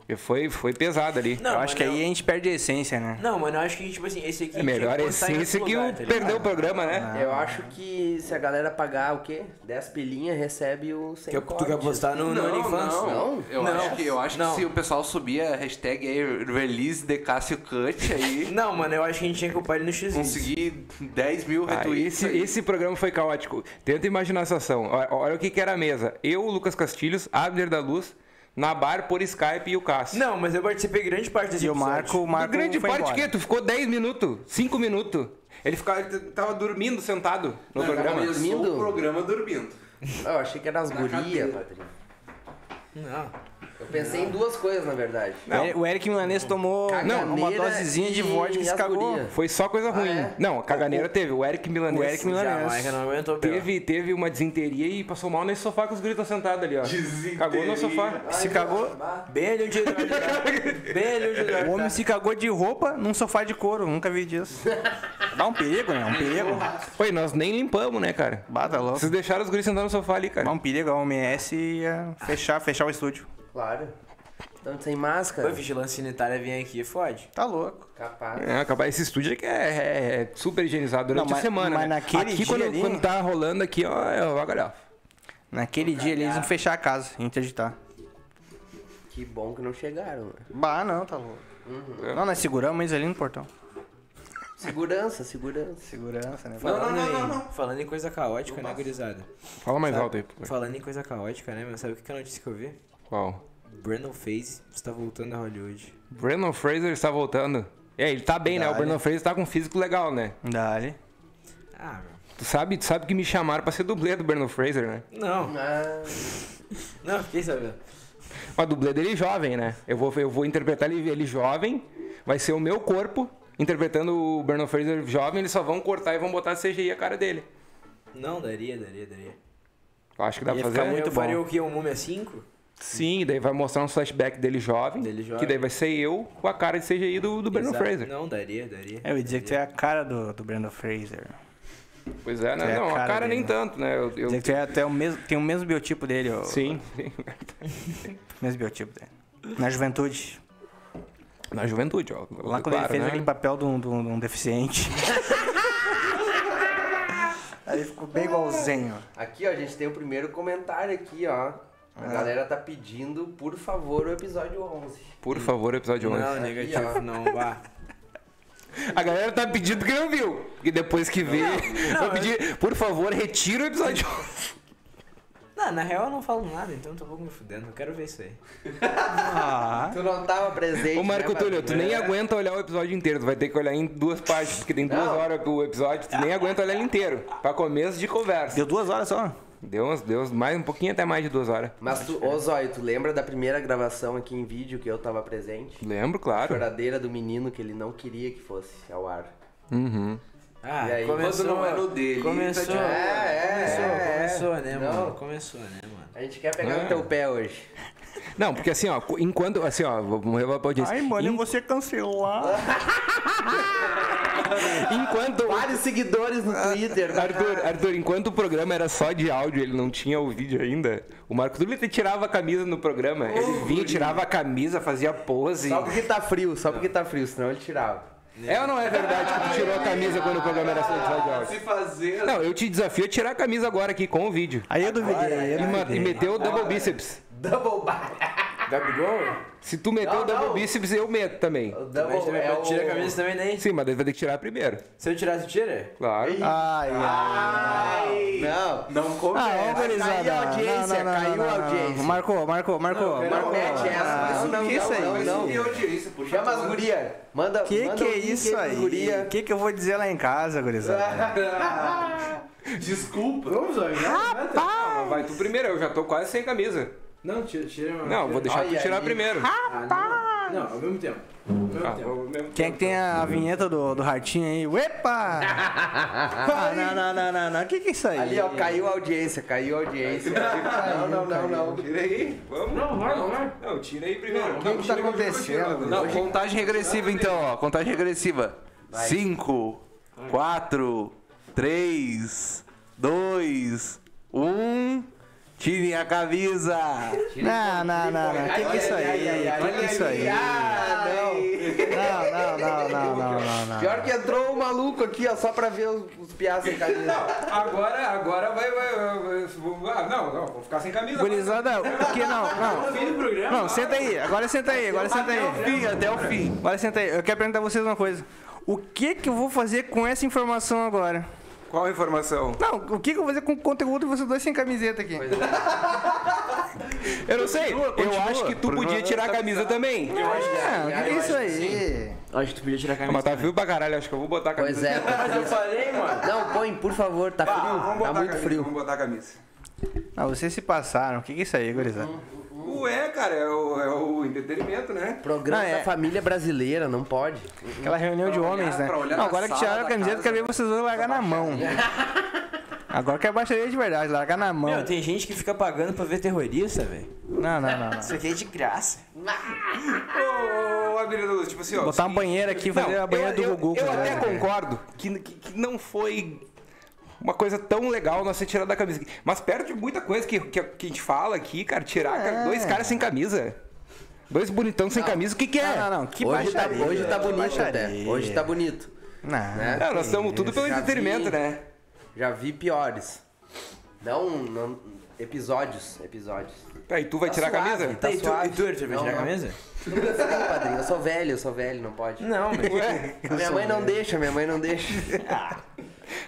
Porque foi, foi pesado ali. Não, é Eu acho mano, que aí a gente perde a essência, né? Não, mano, eu acho que, tipo assim, esse aqui... É melhor tinha que botar em essência outro que lugar, o tá ligado? perdeu o programa, né? Eu acho que se a galera pagar o quê? 10 pilinhas, recebe o 100 Que tu quer corte. postar no, no OnlyFans? não. Eu Não. acho que, eu acho Não. que se o pessoal subir a hashtag aí, release de Cássio Cut aí, Não, mano, eu acho que a gente tinha que upar ele no X. conseguir 10 mil Ah, retweets. esse, aí. esse programa foi caótico. Tenta imaginar essa ação. Ó- Olha, o que, que era a mesa. Eu, o Lucas Castilhos, Abner da Luz, Nabar por Skype e o Cássio. Não, mas eu participei grande parte desse E o episódio. Marco, o Marco grande foi parte embora. que tu ficou 10 minutos, 5 minutos. Ele, ficava, ele t- tava dormindo sentado no programa. Começou dormindo? o programa dormindo. Ah, Eu achei que era as gurias, Patrícia. Não. Eu pensei em duas coisas, na verdade. O Eric Milanês tomou Caganeira uma dosezinha de e vodka que se as cagou. guria. Foi só coisa ruim. é? Não, a caganeira teve. Ah, O Eric Milanês. O Eric Milanês. Jamaica não aguentou pior. Teve, teve uma desinteria e passou mal nesse sofá com os gritos sentados ali, ó. Cagou no sofá. Se cagou, Bem ali onde ele vai jogar. Bem ali onde ele vai o homem jogar. se cagou de roupa num sofá de couro. Nunca vi disso. Dá um perigo, né? Um perigo. Oi, nós nem limpamos, né, cara? Bata louco. Vocês deixaram os guris sentados no sofá ali, cara. Dá um perigo, a OMS ia fechar, fechar o estúdio. Claro. Então, sem Pô, máscara. vigilância sanitária vem aqui, fode. Tá louco. Capaz. É, acabar esse estúdio aqui é, é- é super higienizado durante Não, mas- a semana. mas né? naquele aqui, dia quando, ali- quando tá rolando aqui, ó, é o vagalhau. Naquele dia eles iam fechar a casa, interditar. Que bom que não chegaram. né? Bah, não, tá louco. Não, nós seguramos eles ali no portão. Segurança, segurança. Segurança, né? Falando, em, falando em coisa caótica, né, gurizada? Fala mais alto aí. por favor. Falando em coisa caótica, né, meu? Sabe o que que é a notícia que eu vi? Qual? Brandon Face está voltando a Hollywood. Brandon Fraser está voltando. É, ele tá bem, né? O Brandon Fraser tá com um físico legal, né? Dá-lhe. Ah, meu. Tu sabe, tu sabe que me chamaram pra ser dublê do Brandon Fraser, né? Não, Ah, não, fiquei sabendo. Mas dublê dele é jovem, né? Eu vou, eu vou interpretar ele, ele jovem, vai ser o meu corpo interpretando o Brandon Fraser jovem, eles só vão cortar e vão botar CGI a cara dele. Não, daria, daria, daria. Eu acho que dá pra Ia fazer. ficar eu Tá muito bom. faria o quê? Um Múmia 5? Sim, daí vai mostrar um flashback dele jovem, Dele jovem. que daí vai ser eu com a cara de CGI do, do Brandon Exato. Fraser. Não, daria, daria. Eu ia dizer que tu é a cara do, do Brandon Fraser. Pois é, É né? a Não, a cara cara dele, nem né? tanto, né? Eu, eu- Dizer que tu é até o mesmo, tem o mesmo biotipo dele. O, Sim, sim. Mesmo biotipo dele. Na juventude. Na juventude, ó. né? Lá quando ele fez aquele papel de um, de um- de um deficiente. Aí ficou bem igualzinho. Aqui, ó, a gente tem o primeiro comentário aqui, ó. A galera tá pedindo, por favor, o episódio 11. Por favor, episódio 11. Não, negativo, não, vá. A galera tá pedindo que não viu. E depois que vê, vou é. pedir, por favor, retira o episódio 11. Não, na real eu não falo nada, então eu tô pouco me fudendo. Eu quero ver isso aí. Tu não tava presente. Ô, É, Marco né, Túlio, tu Fabinho? nem aguenta olhar o episódio inteiro. Tu vai ter que olhar em duas partes, porque tem duas Não. horas o episódio. Tu nem aguenta olhar ele inteiro. Pra começo de conversa. Deu duas horas só. Deu uns, deu uns mais um pouquinho até mais de duas horas. Mas tu, ô Zóio, tu lembra da primeira gravação aqui em vídeo que eu tava presente? Lembro, claro. Choradeira do menino que ele não queria que fosse ao ar. Uhum. Ah, E aí, começou. quando não é no dele, começou, tá de- começou, é, é. começou, né, Não. mano? Começou, né, mano? A gente quer pegar no teu pé hoje. Não, porque assim, ó, enquanto. Assim, ó, vamos levar pra audiência. Ai, mano, eu vou ser cancelado. Enquanto. Vários seguidores no Twitter. Arthur, Arthur, enquanto o programa era só de áudio, ele não tinha o vídeo ainda. O Marco Túlio ele tirava a camisa no programa. Ele vinha, tirava a camisa, fazia pose. Só porque tá frio, só porque tá frio, senão ele tirava. É ou não é verdade que tu tirou a camisa quando o programa era só de áudio? Se fazer. Não, eu te desafio a tirar a camisa agora aqui com o vídeo. Aí eu duvidei. aí eu E, ma- e duvidei. meter o double bíceps. Double bar. Se tu meter Não, o double não. bíceps, eu meto também. Mas Double também, é eu tiro a camisa o... também, né? Sim, mas daí vai ter que tirar primeiro. Se eu tirar, tu tira? Claro. Ai, ai. Não, Não come. Ah, ó, Caiu a gurizada. audiência, Não, não, não, caiu não, a não. audiência. Marcou, marcou, marcou. não marcou. Ah, mete essa. Não, é não, isso aí? não, não, não. Ah, Chama as guria. Manda, Que manda que um é link isso pros aí? Guria. Que que eu vou dizer lá em casa, gurizada? Desculpa. então, Não, vai tu primeiro, eu já tô quase sem camisa. Não, tira, tira. mano. Não, vou deixar Olha tu tirar aí. primeiro. Ah, não. não, ao mesmo tempo. Ao mesmo Ah, tempo. vou mesmo. Quem é que tem a vinheta do, do ratinho aí? Epa! Ah, não, não, não, não, não. Que que é isso aí? Ali, ó, caiu a audiência, caiu a audiência. não, não, não, não. Tira aí, vamos. Não, vai, não vai. Não, tira aí primeiro. Não, que tá acontecendo? Não, contagem regressiva então, ó. Contagem regressiva. 5, 4, 3, 2, 1. Tirem um. a camisa! Não, não, não, não. Que que é isso aí? Que que é isso aí? Ah, não. Não, não, não, não, não, não, não. Pior que entrou o maluco aqui, ó, só pra ver os, os piás sem camisa. Agora, agora vai, vai, vai, vai- vou- ah, não, não, vou ficar sem camisa. Gurizada, é o que não, não. Não, senta aí. Agora senta aí, agora senta aí. Fim, até o fim. Agora senta aí. Eu quero perguntar a vocês uma coisa. O que que eu vou fazer com essa informação agora? Qual a informação? Não, o que que eu vou fazer com o conteúdo de vocês dois sem camiseta aqui? é. Eu não sei, eu acho que tu podia tirar a camisa também. Ah, o que que é isso aí? Acho que tu podia tirar a Mas tá frio pra caralho, acho que eu vou botar a camisa. Pois é, tá Mas eu falei, mano. Não, põe, por favor, tá frio. tá muito frio. Vamos Ah, botar a camisa. Ah, vocês se passaram. O que que é isso aí, gurizada? Uhum. Ué, cara, é o, é o entretenimento, né? Programa Não, é- da família brasileira, não pode. Aquela reunião de homens, né? pra olhar Não, na agora que sala tiraram a da camiseta, eu quero ver vocês dois largar na mão. Agora que é baixaria de verdade, largar na mão. Meu, tem gente que fica pagando pra ver terrorista, velho. Não, não, não. não. Isso aqui é de graça. Ô, ô, Avenida Luz, tipo assim, ó. Botar uma seguinte- banheira aqui, fazer Não, a banheira eu- do eu- Gugu. Eu, com até ela. concordo que, que, que não foi uma coisa tão legal nós ser tirado da camisa. Mas perde muita coisa que, que, que a gente fala aqui, cara. Tirar ca- dois caras sem camisa. Dois bonitão sem camisa, o que que é? Não, não, não. Que hoje, tá, baixaria. hoje tá que bonito até. baixaria. Hoje tá bonito. né? Não. Não, É, nós estamos tudo pelo Já vi. entretenimento, né? Já vi piores. Não, não- episódios, episódios. Aí Tá, tu vai tirar a suave, camisa? Tá e tu, suave. e tu, Arthur, vai Não, tirar a não. camisa? Não precisa, hein, padrinho. Eu sou velho, eu sou velho, não pode. Não, meu. Ué? A minha mãe não deixa, minha mãe não deixa.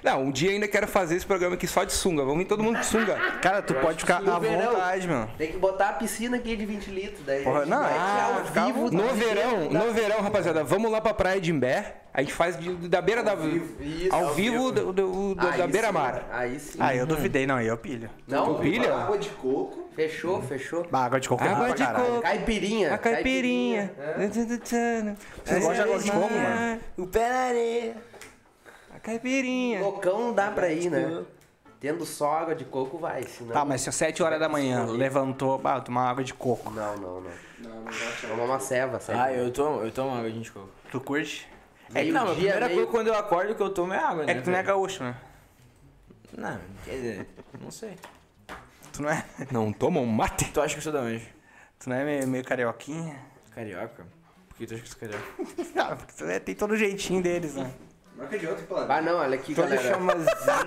Não, um dia ainda quero fazer esse programa aqui só de sunga. Vamos vir todo mundo de sunga. Cara, tu pode ficar No à verão. vontade, meu. Tem que botar a piscina aqui de 20 litros. Daí Porra, a gente não, vai ah, ao fica à vivo. No tá? verão, no verão, rapaziada, vamos lá pra praia de Imbé. A gente faz de- da beira da. Isso, Ah, ao vivo do- do- do- Aí da sim, beira-mar. Aí sim. Ah, eu duvidei, não. Eu pilho. não, Tu pilha? Água de coco. Fechou, fechou. Bah, água de coco é Água bom pra de caralho. coco. Caipirinha. A caipirinha. Você Vocês gostam de água de coco, mano? O pé na areia. A caipirinha. Cocão não dá pra ir, né? Tendo só água de coco, vai. Senão... Tá, mas se às 7 horas da manhã levantou, bah, tomar uma água de coco. Não, não, não. Toma uma ceva, sabe? Ah, eu tomo, eu tomo água de coco. Tu curte? É que não, a Meio-dia, primeira meio- coisa quando eu acordo que eu tomo é água, né? É que tu não é velho? gaúcho, né? Não, quer dizer, não sei. Tu não é. Não tomam mate. Tu acha que eu sou da onde? Tu não é meio, meio carioquinha? Carioca? Por que tu acha que sou carioca? Ah, porque tu é- tem todo o jeitinho deles, né? Ah, não, olha aqui, galera.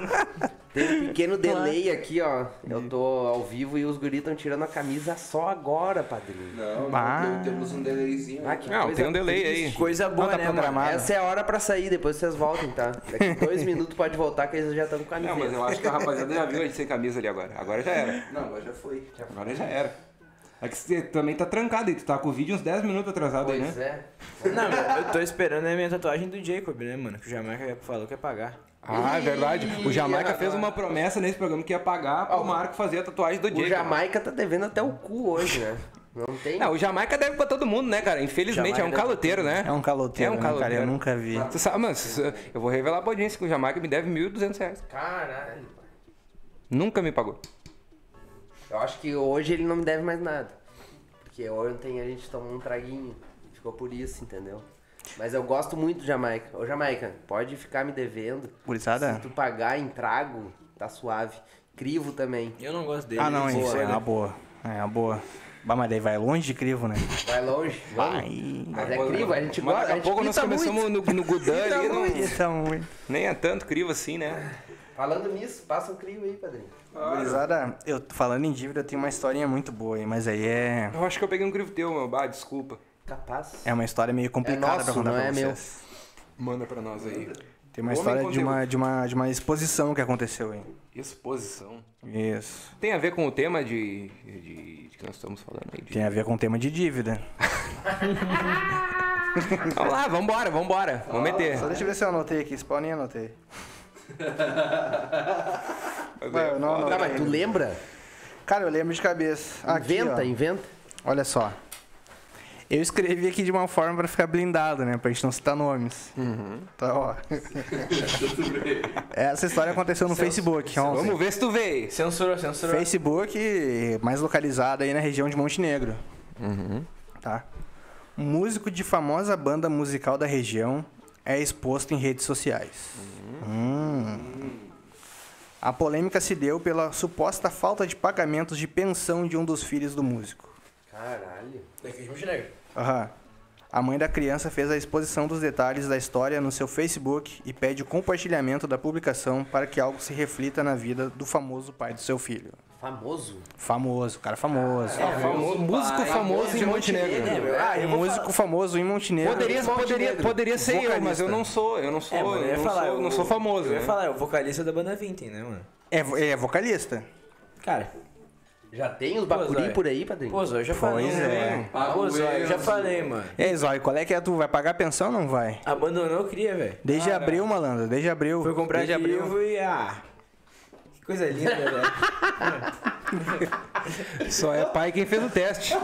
Tem um pequeno delay aqui, ó. Eu tô ao vivo e os guris estão tirando a camisa só agora, padrinho. Não, Ah. temos um delayzinho. Ah, que Não, coisa tem um delay aí. triste. Coisa boa, tá né, mano? programado. Essa é a hora pra sair, depois vocês voltam, tá? Daqui dois minutos pode voltar que eles já estão com camisa. Não, mas eu acho que a rapaziada já viu a gente sem camisa ali agora. Agora já era. Não, agora já foi. Agora já era. É que você também tá trancado aí, tu tá com o vídeo uns 10 minutos atrasado aí, Pois né? é. Não, eu tô esperando a minha tatuagem do Jacob, né, mano? Que o Jamaica falou que ia pagar. Ah, é verdade. O Jamaica fez uma promessa nesse programa que ia pagar pro Marco fazer a tatuagem do O Jacob. Jamaica tá devendo até o cu hoje, né? Não tem. Não, o Jamaica deve pra todo mundo, né, cara? Infelizmente, é um caloteiro, né? É um É caloteiro, um né, cara? caloteiro. Eu nunca vi. um Tu sabe, mano, se- eu vou revelar pra audiência que o Jamaica me deve 1.200 reais. Caralho. Nunca me pagou. Eu acho que hoje ele não me deve mais nada. Porque ontem a gente tomou um traguinho. Ficou por isso, entendeu? Mas eu gosto muito do Jamaica. Ô, Jamaica, pode ficar me devendo. Gurizada? Se tu pagar em trago, tá suave. Crivo também. Eu não gosto dele. Ah, não, ele isso é né? uma boa. É uma boa. Bah, mas daí vai longe de crivo, né? Vai longe. vamos. Vai. Mas é crivo, a gente Mas gosta. Daqui a pouco nós começamos no, no Gudan ali. não- Isso é muito. nem é tanto crivo assim, né? Falando nisso, passa um crivo aí, padrinho. Ah. Gurizada, eu tô falando em dívida, eu tenho uma historinha muito boa aí, mas aí é. Eu acho que eu peguei um crivo teu, meu. Bah, desculpa. Capaz. É uma história meio complicada nosso, pra contar não pra é vocês. Manda pra nós aí. Tem uma Homem história de conteúdo. uma, de, uma, de uma exposição que aconteceu aí. Exposição. Isso. Tem a ver com o tema de, de- de que nós estamos falando aí. de- Tem a ver com o tema de dívida. Vamos lá, vambora, vambora. Vamos meter. Só deixa eu ver se eu anotei aqui, spawn e anotei. Vai, eu um não, Tá, mas tu anotei. lembra? Cara, eu lembro de cabeça. Aqui, Inventa, ó. inventa. Olha só. Eu escrevi aqui de uma forma pra ficar blindado, né? Pra gente não citar nomes. Tá, ó. Essa história aconteceu no Facebook ontem. Vamos ver se tu vê. Censurou, censurou. Facebook mais localizado aí na região de Montenegro. Tá? Um músico de famosa banda musical da região é exposto em redes sociais. Hum. A polêmica se deu pela suposta falta de pagamentos de pensão de um dos filhos do músico. Caralho. Daqui de Montenegro. Aham. A mãe da criança fez a exposição dos detalhes da história no seu Facebook e pede o compartilhamento da publicação para que algo se reflita na vida do famoso pai do seu filho. Famoso. Famoso, cara famoso. Ah, Famoso, músico famoso em Montenegro. Ah, eu vou músico famoso em Montenegro. Poderia, poderia, poderia ser eu, mas eu não sou. Eu não sou, É, mano, eu eu ia não, falar. sou não o- sou famoso. Eu ia né? falar, é o vocalista da banda Vinten, né, mano? É, vo- é vocalista. Cara, Já tem os Pois bacuri é. por aí, padrinho? pô, Zóio, eu já falei, Pois é. né? mano? Pô, Zóio, eu já falei, mano. E aí, Zóio, qual é que é tu? Vai pagar a pensão ou não vai? Abandonou, eu queria, velho. Desde abril, malandro, desde abril. Foi comprar de desde abril e ah. Que coisa linda, velho. Só é pai quem fez o teste.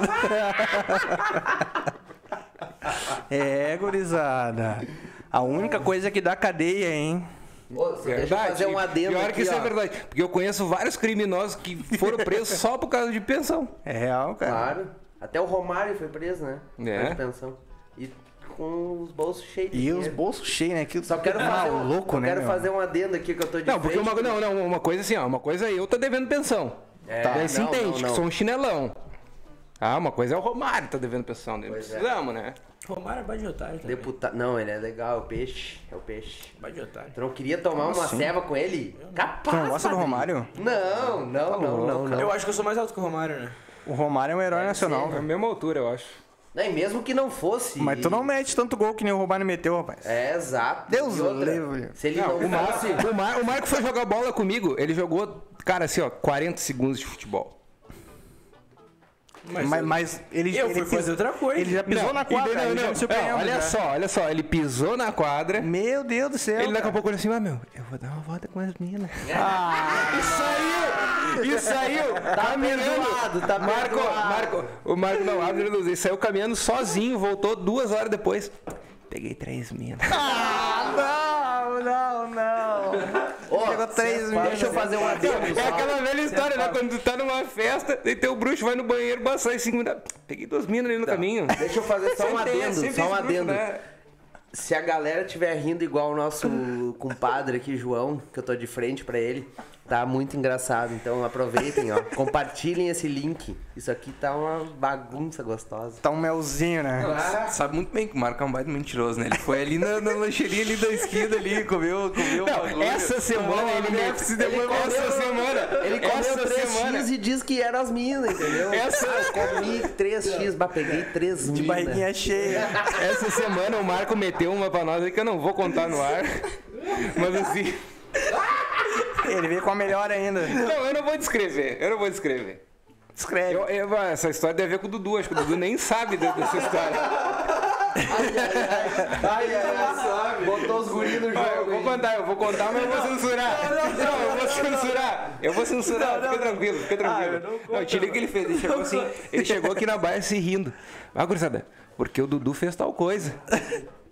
É, gurizada. A única coisa que dá cadeia, hein? Ô, você deixa eu fazer um adendo Pior aqui, que isso é ó. verdade. Porque eu conheço vários criminosos que foram presos só por causa de pensão. É real, Ah, cara. Claro. Até o Romário foi preso, né? É. Faz pensão. E com os bolsos cheios de E os dinheiro. bolsos cheios, né? Que Só quero fazer, um, maluco, só né? quero meu? fazer um adendo aqui que eu tô de Não, porque frente. uma, não, não, uma coisa assim, ó, uma coisa é eu tô devendo pensão. É, Tá. Daí se não, entende, não, não. que sou um chinelão. Ah, uma coisa é o Romário tá devendo pensão dele. Pois é. Precisamos, né? Romário é bode de otário também. Deputado. Não, ele é legal, é o peixe. É o peixe. Bode de otário. Tu não Então, queria tomar uma assim? ceva com ele? Capaz. Tu não gosta um do padrinho. Romário? Tá Não, não, não, não, não. Eu acho que eu sou mais alto que o Romário, né? O Romário é um herói nacional. É a mesma altura, eu acho. Não, e mesmo que não fosse. Mas tu não mete tanto gol que nem o Romário meteu, rapaz. É, exato. Deus E outra, livre. Se ele não, o, Mar- fosse. o Mar- o Marco foi jogar bola comigo, ele jogou, cara, assim, ó, 40 segundos de futebol. Mas, mas ele, eu ele fui fazer outra coisa. Ele já pisou Não, na quadra, e daí- ele já me surpreendeu, olha já. só, olha só, ele pisou na quadra. Meu Deus do céu. Ele daqui a Então, cara. pouco olha assim, ah, meu, eu vou dar uma volta com as meninas. Ah, e saiu! E saiu! caminhando. perdoado, tá Marco, perdoado. Marco, o Marco não abre a luz, ele saiu caminhando sozinho, voltou duas horas depois. Peguei três minas. Não, Ah, não, não. Ó, Chegou três né? mil. Deixa eu fazer um adendo. É aquela velha história, né? Quando tu tá numa festa, e teu bruxo vai no banheiro, passar em cinco minutos. Peguei duas minas ali no caminho. Deixa eu fazer só um é Sempre tem- adendo, sempre só um esse bruxo, adendo. né? Se a galera tiver rindo igual o nosso compadre aqui, João, que eu tô de frente pra ele, Tá muito engraçado, então aproveitem, ó. Compartilhem esse link. Isso aqui tá uma bagunça gostosa. Tá um melzinho, né? Sabe muito bem que o Marco é um baita mentiroso, né? Ele foi ali na, na lancheria ali da esquina ali, comeu, comeu o bagulho. Essa semana ele me... se demorou Essa semana. Ele essa comeu 3x semana. É e diz que era as minas, entendeu? Essa- Eu comi 3x, bah, peguei 3 minas. De barriguinha cheia. Essa semana o Marco meteu uma pra nós aí que eu não vou contar no ar. Mas assim. Ele veio com a melhor ainda. Não, eu não vou descrever. Eu não vou descrever. Escreve. Eu- eu- essa história deve ver com o Dudu. Acho que o Dudu nem sabe de- dessa história. Ai, ai, ai, sabe? Botou os guris no Ah, eu vou contar, eu vou contar, mas eu vou censurar. Não, eu vou censurar. Eu vou censurar. Fica tranquilo, fica tranquilo. Não, te liga que ele fez. Ele chegou assim. Ele chegou aqui na baia se rindo. Ah, gurizada, porque o Dudu fez tal coisa.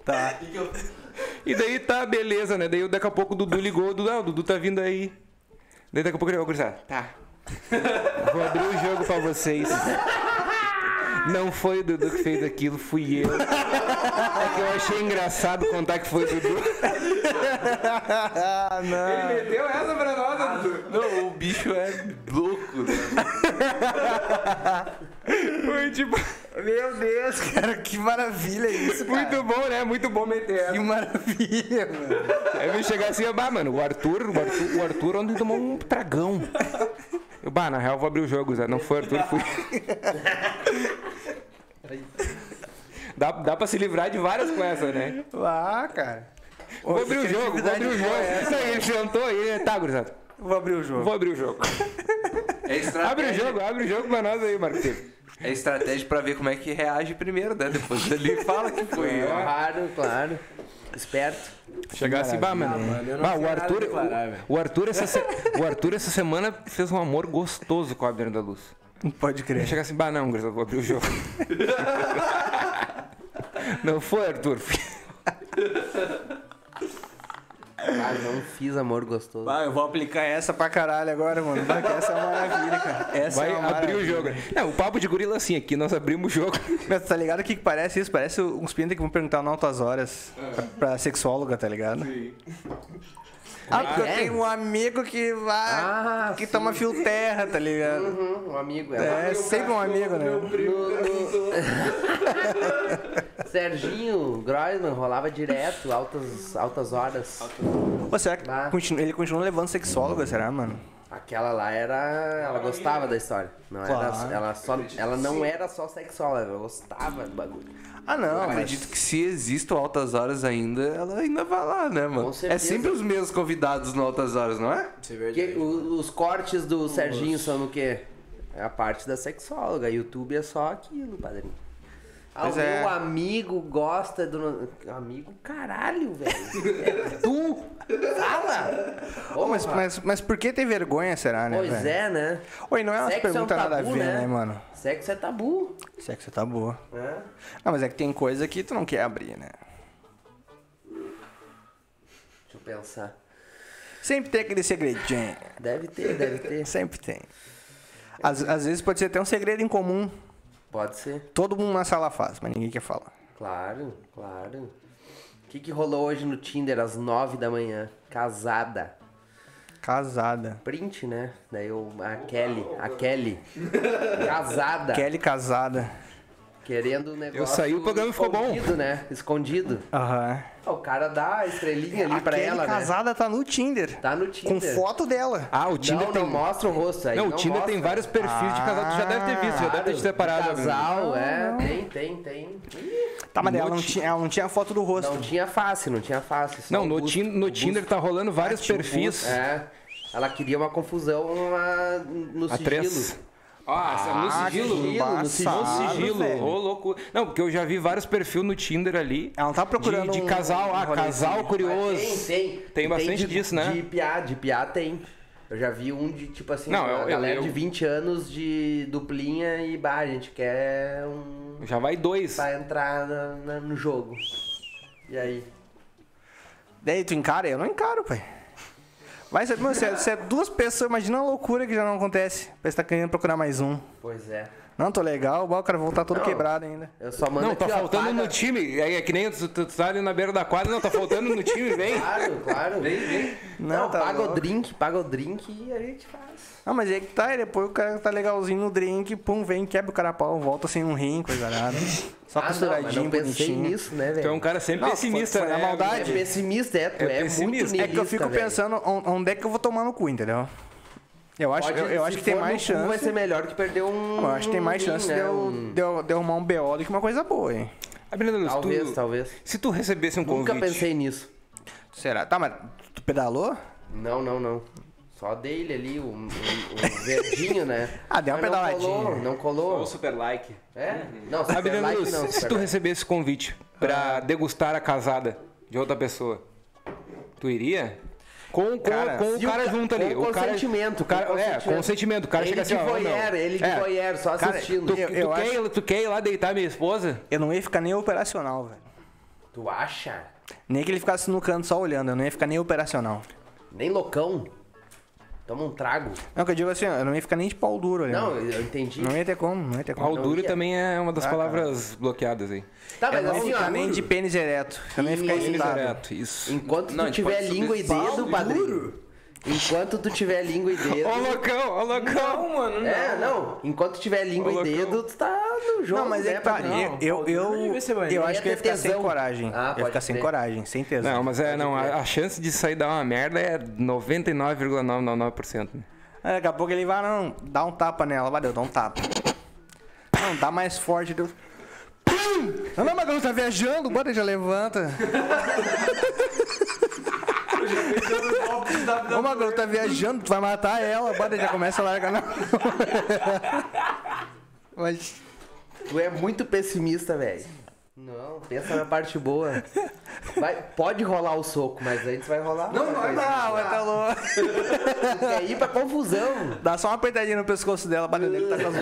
Tá. E daí tá, beleza, né? Daí daqui a pouco o Dudu ligou, o Dudu, ah, o Dudu tá vindo aí. Daí daqui a pouco ele vai cruzar. Tá. Vou abrir o jogo pra vocês. Não foi o Dudu que fez aquilo, fui eu. É que eu achei engraçado contar que foi o Dudu. Ah, não. Deu essa pra nós, Dudu. Não, o bicho é louco, né? Foi tipo, Meu Deus, cara, que maravilha isso, cara. muito bom, né? Muito bom meter essa. Que maravilha, mano. Aí eu chegar assim, eu, bah, mano, o Arthur, o Arthur, o Arthur ontem tomou um tragão. Eu, bah, na real, eu vou abrir o jogo, Zé. Não foi Arthur, fui. Dá, dá pra se livrar de várias com essa, né? Ah, cara. Vou abrir o jogo, vou abrir o jogo. Isso aí, ele jantou aí, tá, gurizada. Vou abrir o jogo. Vou abrir o jogo. É estratégia. Abre o jogo, abre o jogo pra nós aí, Marquinhos. É estratégia pra ver como é que reage primeiro, né? Depois ele fala que foi. eu. Claro, claro. Esperto. Chegar assim, bah, mano. mano, eu não bah, sei o, nada Arthur, declarar, velho. o, o Arthur essa se- o Arthur essa semana fez um amor gostoso com a Abner da Luz. Pode Aí crer. chega assim, bah não, gurizada, vou abrir o jogo. não foi, Arthur. Ah, não fiz amor gostoso. Ah, eu vou aplicar essa pra caralho agora, mano. Porque essa é uma maravilha, cara. Essa Vai é uma abrir o maravilha. jogo. Não, o papo de gorila assim, aqui nós abrimos o jogo. Mas tá ligado o que, que parece isso? Parece uns pintas que vão perguntar no Altas Horas pra, pra sexóloga, tá ligado? Ah, porque eu É? tenho um amigo que vai. Ah, que toma fio terra, tá ligado? Uhum, um amigo é. É, sempre um amigo, né? Serginho Groisman rolava direto, altas, altas horas. Ou será que Ah. continu- ele continua levando sexóloga, será, mano? Aquela lá era. Ela gostava da história. Não Claro. era, ela, só, ela não era só sexóloga, ela gostava do bagulho. Ah, Eu não, mas... acredito que se existam altas horas ainda, ela ainda vai lá, né, mano? Com certeza. É sempre os mesmos convidados no altas horas, não é? Isso é Porque verdade. o- os cortes do Serginho são no quê? É a parte da sexóloga. YouTube é só aquilo, padrinho. Ah, o Pois é. meu amigo gosta do. no- Amigo, caralho, velho. É tu! Fala! Ô, mas, mas, mas por que ter vergonha, será, né, Pois velho? é, né? Oi, não é umas Sexo é um perguntas nada a tabu, ver, né? né? mano? Sexo é tabu. Sexo tá boa. né? Não, mas é que tem coisa que tu não quer abrir, né? Deixa eu pensar. Sempre tem aquele segredinho. Deve ter, deve ter. Sempre tem. Às, às vezes pode ser até um segredo em comum. Pode ser. Todo mundo na sala faz, mas ninguém quer falar. Claro, claro. O que, que rolou hoje no Tinder às 9 da manhã? Casada. Casada. Print, né? Daí eu, a Kelly, a Kelly. Casada. Kelly casada. Querendo o negócio. Eu saí, o programa ficou bom. Escondido, né? Escondido. Aham. Ah, O cara dá a estrelinha É, ali A pra Kelly ela, né? casada tá no Tinder. Tá no Com Tinder. foto dela. Ah, o Tinder não, tem. não mostra o rosto aí. Não, o não Tinder mostra. tem vários perfis de casal, tu já deve ter visto, já deve ter te separado. Casal, é. Tem, tem, tem. Ih, Tá, mas ela não, Note- tinha, ela não tinha foto do rosto. Não tinha face, não tinha face. só Não, o no, busto, Tin- no o Ah, Tinder tá rolando vários perfis. busto. É. Ela queria uma confusão uma, no A sigilo. Ah, três. Nossa, no sigilo. Ah, que no sigilo, No embaçado, sigilo, velho. ô louco. Não, porque eu já vi vários perfis no Tinder ali. Ela não tá procurando De, de um- casal, um ah, rolezinho. casal curioso. Mas Tem, tem. Tem bastante de- disso, né? De piá, de piá tem. Eu já vi um de, tipo assim, Não, uma eu- eu- galera eu- de 20 anos de duplinha e, bah, a gente quer um... Já vai dois. pra entrar na- na- no jogo. E aí? Daí tu encara? Eu não encaro, pai. Mas, meu, se é, se é duas pessoas, imagina a loucura que já não acontece. Parece que tá querendo procurar mais um. Pois é. Não, tô legal, bom, o cara voltar todo quebrado ainda. Eu só mando Não, tá aqui, ó, faltando paga- no time. É, é que nem tu, tu, tu tá ali na beira da quadra, não, tá faltando no time, vem. Claro, claro. Não, Não, tá paga o louco. drink, paga o drink e a gente faz. Ah, mas aí que tá, e depois o cara tá legalzinho no drink, pum, vem, quebra o cara pau, volta sem um rim, coisa nada. Só Ah, não, mas não costuradinho, pensei bonitinho. nisso, né, velho? Tu é um cara sempre Não, pessimista, foi- foi né? na maldade. É pessimista, é, tu é, É pessimista. muito É que eu fico niilista, pensando on- onde é que eu vou tomar no cu, entendeu? Eu acho, Pode- eu, eu se acho que tem for no mais cu, chance. Vai ser melhor que perder um. Eu acho que tem mais chance né, de, eu, um- de, eu, de eu arrumar um BO do que uma coisa boa, hein? Abrindo luz, Talvez, tu, talvez. Se tu recebesse um convite. Nunca pensei nisso. Será? Tá, mas tu pedalou? Não, não, não. Só dele ali, o um, um- um verdinho, né? Ah, deu uma Mas pedaladinha. Não colou, não colou. super like. É? Não, super Abrindo like luz, não. é. se super tu like. Ah. recebesse convite pra degustar a casada de outra pessoa, tu iria? Com, com, Cara, com o E cara ca- junto ali. Com o cara, consentimento. o cara, é, com consentimento. O cara ele chega assim, de ó, ou não. voyeur, Ele de É. voyeur, só Cara, assistindo. Tu, Eu- tu eu quer, ir- tu quer ir lá deitar minha esposa? Eu não ia ficar nem operacional, velho. Tu acha? Nem que ele ficasse no canto só olhando, eu não ia ficar nem operacional. Nem loucão? Toma um trago. Não, que eu digo assim, eu não ia ficar nem de pau duro Não, olhando. eu entendi. Não, ia ter como, não ia ter como. Pau duro ia. também é uma das palavras bloqueadas aí. Tá, Eu mas não ia assim, ficar ó. nem de pênis ereto. Eu não ia ficar Pênis excitado. Direto, isso. Enquanto Não, a tu gente tiver pode língua e dedo, padrinho. Enquanto tu tiver língua e dedo. Ô loucão, ô loucão! Não, mano, não. É, não. Enquanto tiver língua Ô, e loucão. dedo, tu tá no jogo. Não, mas né, é que tá. padrinho? Eu, eu, pau duro eu, devia ser banheiro. eu acho Ia que eu ia ter ficar sem tesão. coragem. Ah, Eu ia ficar pode sem crer. coragem, sem tesão. Não, mas é, não, a, a chance de sair dar uma merda é 99,999%. né? Aí É, daqui a pouco ele vai, não, dá um tapa nela, valeu, dá um tapa. Não, dá mais forte, deu. Pum! Não, não, mas tá viajando, bora, já levanta. Ô, Magro, tá viajando, tu vai matar ela, bora, já começa a largar na. Mas. Tu é muito pessimista, velho. Não, pensa na parte boa. Vai, pode rolar o soco, mas antes vai rolar. Não, não, Não, mas tá louco. Quer ir pra confusão. Dá só uma apertadinha no pescoço dela, bora, ele tá com as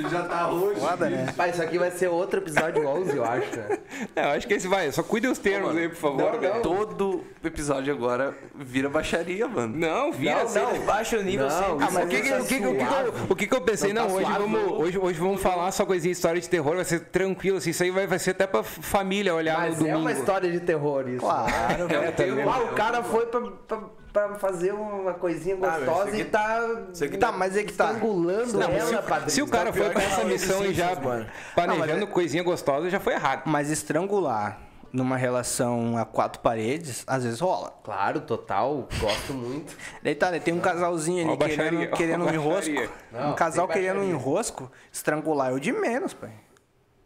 mãos. Já tá hoje. Foda, né? Pai, isso aqui vai ser outro episódio 11, eu acho, né? É, eu acho que esse vai, só cuida os termos aí, por favor, velho. Todo episódio agora vira baixaria, mano. Não, vira assim. Sempre baixa o nível, Não, sempre. Ah, mas o que, que- o que- o que- o que- o que que eu pensei? Não Não, tá hoje, suave. vamos, hoje, hoje vamos falar só coisinha história de terror, vai ser tranquilo, assim, isso aí vai, vai ser até pra f- família olhar Mas no é domingo. uma história de terror isso. Claro, velho. Ah, o cara foi pra, pra, pra fazer uma coisinha mas isso gostosa aqui- e tá Tá, mas é que tá. estrangulando Não, mas ela, padrinho. se, se o cara foi com essa missão e já Não, planejando é- mas coisinha gostosa, já foi errado. Mas estrangular numa relação a quatro paredes, às vezes rola. Claro, total, gosto muito. Daí tá, né? Tem um casalzinho ali Ó, baixaria, querendo, ó, querendo um baixaria. enrosco. Não, um casal tem querendo um baixaria. enrosco, estrangular eu de menos, pai.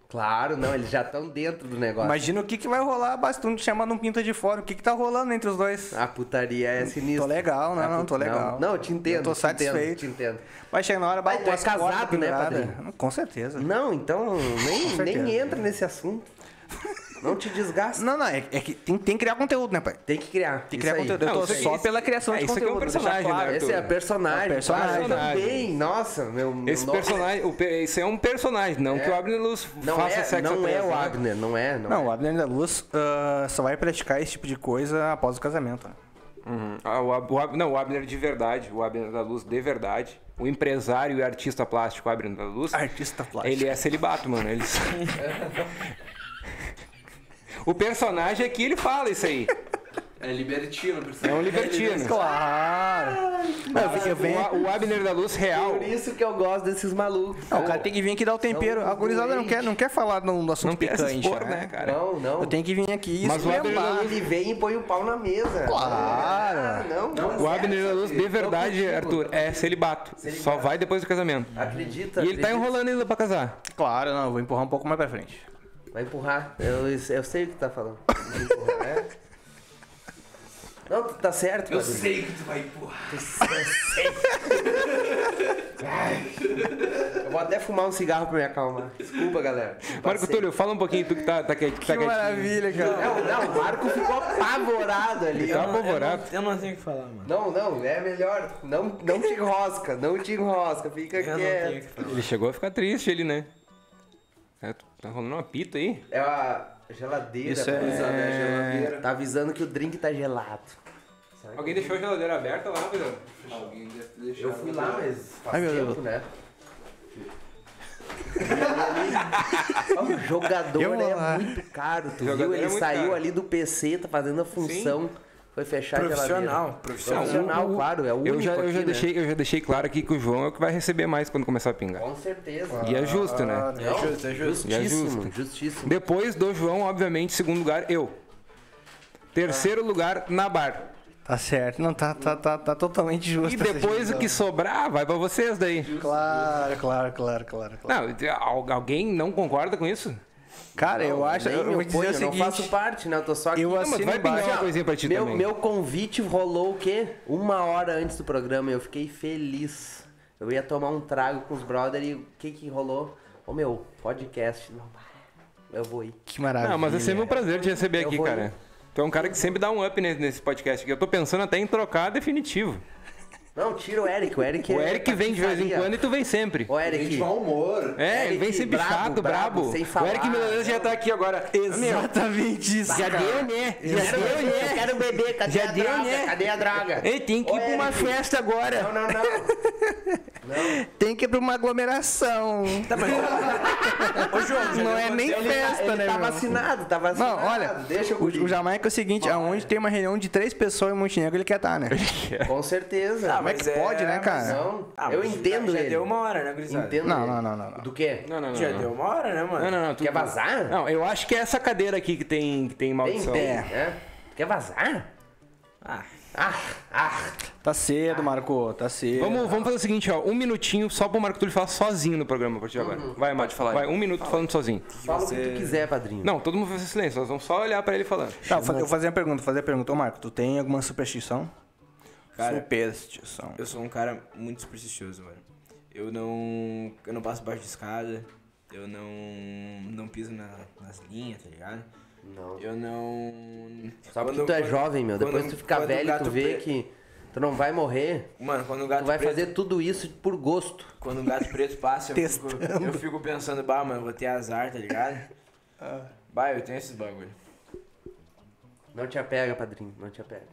Claro, não, eles já estão dentro do negócio. Imagina o que, que vai rolar bastante chamando um pinta de fora. O que, que tá rolando entre os dois? A putaria é sinistra. Tô legal, não, A não, put- tô legal. Não, eu te entendo. Eu tô te entendo, satisfeito. Te entendo. Vai chegar na hora, Pai, bate tu é as costas casado, né, penduradas. padrinho? Com certeza. Não, então nem, certeza. nem entra nesse assunto. Não te desgasta. Não, não, é, é que tem, tem que criar conteúdo, né, pai? Tem que criar. Tem que criar conteúdo. Eu Não, tô isso aqui- só pela criação é, de isso aqui é um conteúdo. vou deixar personagem, claro. né? Esse é personagem. É personagem. Ah, também. Nossa, meu. meu Esse nome- personagem, o, pe- esse é um personagem, não que o Abner Luz Não faça é, sexo não é apenas, o né? Abner, não é. Não, Não, o é. Abner da Luz ah, só vai praticar esse tipo de coisa após o casamento. né? Uhum. Ah, o Ab- o Ab- não, o Abner de verdade, o Abner da Luz de verdade, o empresário e artista plástico Abner da Luz, Artista plástico. ele é celibato, mano. Ele... o personagem aqui, ele fala isso aí. É libertino, É um pessoal. libertino. Claro! Não, eu, eu venho O, o Abner da Luz real Por isso que eu gosto desses malucos. Não, o cara tem que vir aqui dar o tempero. São A gurizada não doentes. quer, não quer falar no, no assunto não quer se picante, expor, né? né, cara? Não, não. Eu tenho que vir aqui e Mas o Abner esculhambar. Ele vem e põe o pau na mesa. Claro. Ah, não, O não. é Abner da Luz de verdade, Arthur, é celibato. Só vai depois do casamento. Acredita. E ele tá acredita. enrolando ainda pra casar. Claro, não, eu vou empurrar um pouco mais pra frente. Vai empurrar. Eu, eu sei o que tá falando. Vai empurrar, é. Não, tu tá certo, Eu Padrinho. sei que tu vai empurrar. Eu vou até fumar um cigarro pra me acalmar. Desculpa, galera. Marco Túlio, fala um pouquinho, tu que tá, tá, que, tá Que quietinho. maravilha, cara. Não, não, o Marco ficou apavorado ali. Tá Eu apavorado. não- Eu não tenho o que falar, mano. Não, não, é melhor. Não, não te enrosca, não te enrosca, fica É. Eu não tenho o quieto. que falar. Ele chegou a ficar triste ali, né? É, tu- tá rolando uma pita aí? É a geladeira, Isso tá é- avisando, é a geladeira. Tá avisando que o drink tá gelado. Alguém deixou a geladeira aberta lá, Pedro? É, Eu fui lá, mas faz Ai, meu tempo, Deus. né? O jogador Eu vou é lá. muito caro, tu Jogador viu? é Ele muito saiu caro. ali do PC, tá fazendo a função, foi fechar a Profissional, geladeira. profissional. Profissional, claro, é o único Eu já, eu, aqui, já né? deixei, eu já deixei claro aqui que o João é o que vai receber mais quando começar a pingar. Com certeza. E é justo, Ah, né? É justo, é justo. E é Justíssimo, justo. justíssimo. Depois do João, obviamente, segundo lugar, eu. Terceiro lugar, Nabar. Tá certo. Não, tá, tá, tá, tá totalmente justo. E essa depois o que divisão. sobrar, vai pra vocês daí. Claro, claro, claro, claro. claro. Não, al- alguém não concorda com isso? Cara, eu acho. Nem Eu me vou te dizer oponho, o não faço seguinte. parte, né? Eu tô só aqui. Eu Não, mas assino vai pingar embaixo. uma coisinha pra ti meu, também. meu convite rolou o quê? Uma hora antes do programa. Eu fiquei feliz. Eu ia tomar um trago com os brother e o que que rolou? Ô meu, podcast. Não, Eu vou ir. Que maravilha. Não, mas é sempre um prazer te receber Eu aqui, vou- cara. Tu é um cara que sempre dá um up ne- nesse podcast aqui. Eu tô pensando até em trocar definitivo. Não, tira o Eric. O Eric, O é- Eric vem de vez em quando e tu vem sempre. Ô, Eric. humor. É, ele Eric, vem sempre brabo, chato, brabo, brabo. sem O falar. Eric Milanese já tá aqui agora. Exatamente isso. Já deu, né? Já deu, Eu né? quero beber, cadê Já a deu, droga? né? Cadê a droga? Ei, tem que ir Ô, pra uma Eric. festa agora. Não, não, não. Tem que ir pra uma aglomeração. Não é nem festa, Ele né, tá meu? vacinado, tá vacinado. Não, olha, deixa eu o, o Jamaica é o seguinte, aonde tem uma reunião de três pessoas em Montenegro, ele quer estar, né? Com certeza. Como é mas que pode, é, né, mas cara? Não, Ah, eu mas entendo já, ele. Já deu uma hora, né, gurizada? Entendo Não, ele. não, não, não, não. Do quê? Não, não, não. Já não. deu uma hora, né, mano? Não, não, não. tu- Quer vazar? Não, eu acho que é essa cadeira aqui que tem, que tem Tem, maldição. tem. né? Quer vazar? Ah, Ah, ah. Tá cedo, Marco, tá cedo. Vamos, vamos fazer o seguinte, ó. Um minutinho só pro Marco Túlio falar sozinho no programa a partir de agora. Uhum. Vai, Marco, falar. Vai, um minuto falando sozinho. Fala o que tu quiser, padrinho. Não, todo mundo vai fazer silêncio. Nós vamos só olhar pra ele falando. Tá, eu fa- eu vou fazer uma pergunta, fazer a pergunta. Ô, Marco, tu tem alguma superstição? Cara, superstição. eu sou um cara muito supersticioso, mano. Eu não. Eu não passo baixo de escada. Eu não. não piso na- nas linhas, tá ligado? Não. Eu não. Só porque Quando- tu é quando- jovem, meu. Depois quando- tu ficar quando o velho, tu gato vê preto- que tu não vai morrer. Mano, quando o Tu gato vai preto, fazer tudo isso por gosto. Quando um gato preto passa, eu fico, eu fico pensando, bah, mano, eu vou ter azar, tá ligado? Ah. Bah, eu tenho esses bagulho. Não te apega, padrinho. Não te apega.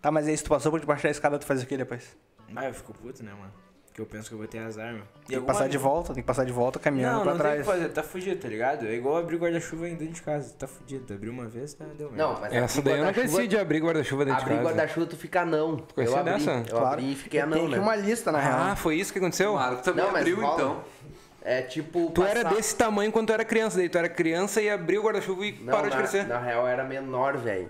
Tá, mas aí se tu passou por debaixo da escada, tu faz o quê depois? Bah, eu fico puto, né, mano? Porque eu penso que eu vou ter azar, mano. E Tem que alguma- passar de volta, tem que passar de volta caminhando Não, pra não tem o que trás. fazer, tá fudido, tá ligado? É igual abrir guarda-chuva ainda dentro de casa, tá fudido. Abriu uma vez, tá, deu merda. Não, mas Essa abrir daí eu não guarda-chuva- decidi de abrir guarda-chuva dentro Abrir de casa. guarda-chuva, tu fica não. conhece eu abri, dessa? Eu abri e fiquei tem anão, que né? uma lista, na Ah, real. foi isso que aconteceu? Marco também Não, mas abriu, rola. então. É tipo. Tu passar- era desse tamanho quando tu era criança, daí tu era criança e abriu o guarda-chuva e Não, parou na, de crescer. Na real, era menor, velho.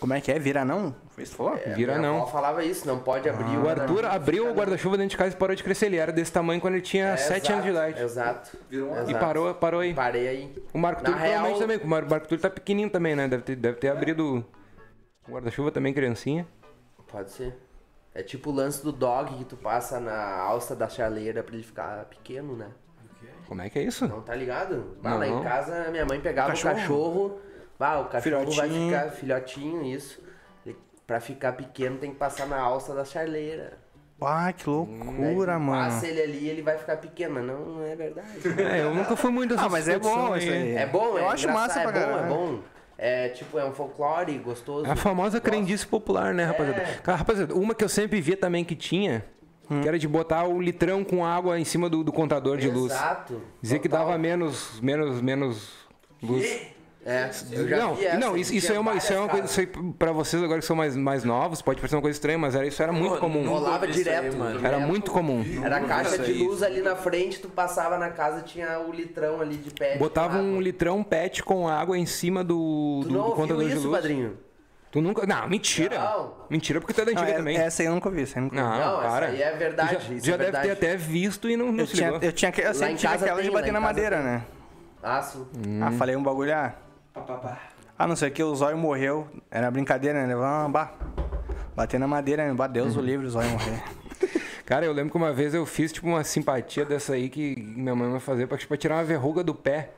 Como é que é? Vira não? Foi isso, foi? É, Vira minha não. avó falava isso, não pode abrir O guarda-chuva. Arthur abriu o guarda-chuva dentro de casa e parou de crescer. Ele era desse tamanho quando ele tinha É, 7 exato, anos de idade. Exato. E parou, parou aí. Parei aí. O Marco Na Túlio real- provavelmente também. O Mar- Marco Túlio tá pequenininho também, né? Deve ter, deve ter abrido o guarda-chuva também, criancinha. Pode ser. É tipo o lance do dog que tu passa na alça da chaleira pra ele ficar pequeno, né? Como é que é isso? Não tá ligado? Bah, lá Não. em casa minha mãe pegava o cachorro. bah, o cachorro vai Filhotinho. ficar filhotinho, isso. E pra ficar pequeno tem que passar na alça da chaleira. Ah, que Daí loucura, tu mano. Passa ele ali ele vai ficar pequeno. mas Não, não é verdade. É, eu nunca fui muito né? Ah, mas é bom isso aí. É bom, Eu é acho engraçado, massa é pra bom, caralho. é bom. É tipo, é um folclore gostoso. É A famosa crendice popular, né, rapaziada? É. Cara, rapaziada, uma que eu sempre via também que tinha, Hum. que era de botar o litrão com água em cima do, do contador de luz. Exato. Dizia que Total. dava menos, menos, menos luz. É, eu já não, vi essa, não, isso, isso tinha é uma, isso é uma várias coisa, isso aí pra vocês agora que são mais, mais novos, pode parecer uma coisa estranha, mas era, isso era muito comum. casas. Rolava vi isso direto, aí, mano. direto. Era muito né? comum. Era caixa Isso de aí. luz ali na frente, tu passava na casa, tinha o litrão ali de pé. Botava água. um litrão pet com água em cima do, do, Tu do não ouviu contador de isso, luz. padrinho? Tu nunca. Não, mentira! Não. Mentira, porque tu é da Não, antiga é- também. Essa aí eu nunca vi, essa aí eu nunca vi. Não, Não, essa para. aí é verdade, Tu Já, isso já é deve verdade. ter até visto e não, não Eu se tinha, ligou. eu tinha, que- eu sempre em tive casa aquela de tem, lá bater em na casa madeira, né? Aço. Hum. Ah, falei um bagulho, ah. Ah, não sei o que, o zóio morreu. Era brincadeira, né? Levar uma bah. Bater na madeira, né? Bah, Deus o livre, o zóio morrer. Cara, eu lembro que uma vez eu fiz tipo uma simpatia dessa aí que minha mãe vai fazer pra, tipo, pra tirar uma verruga do pé.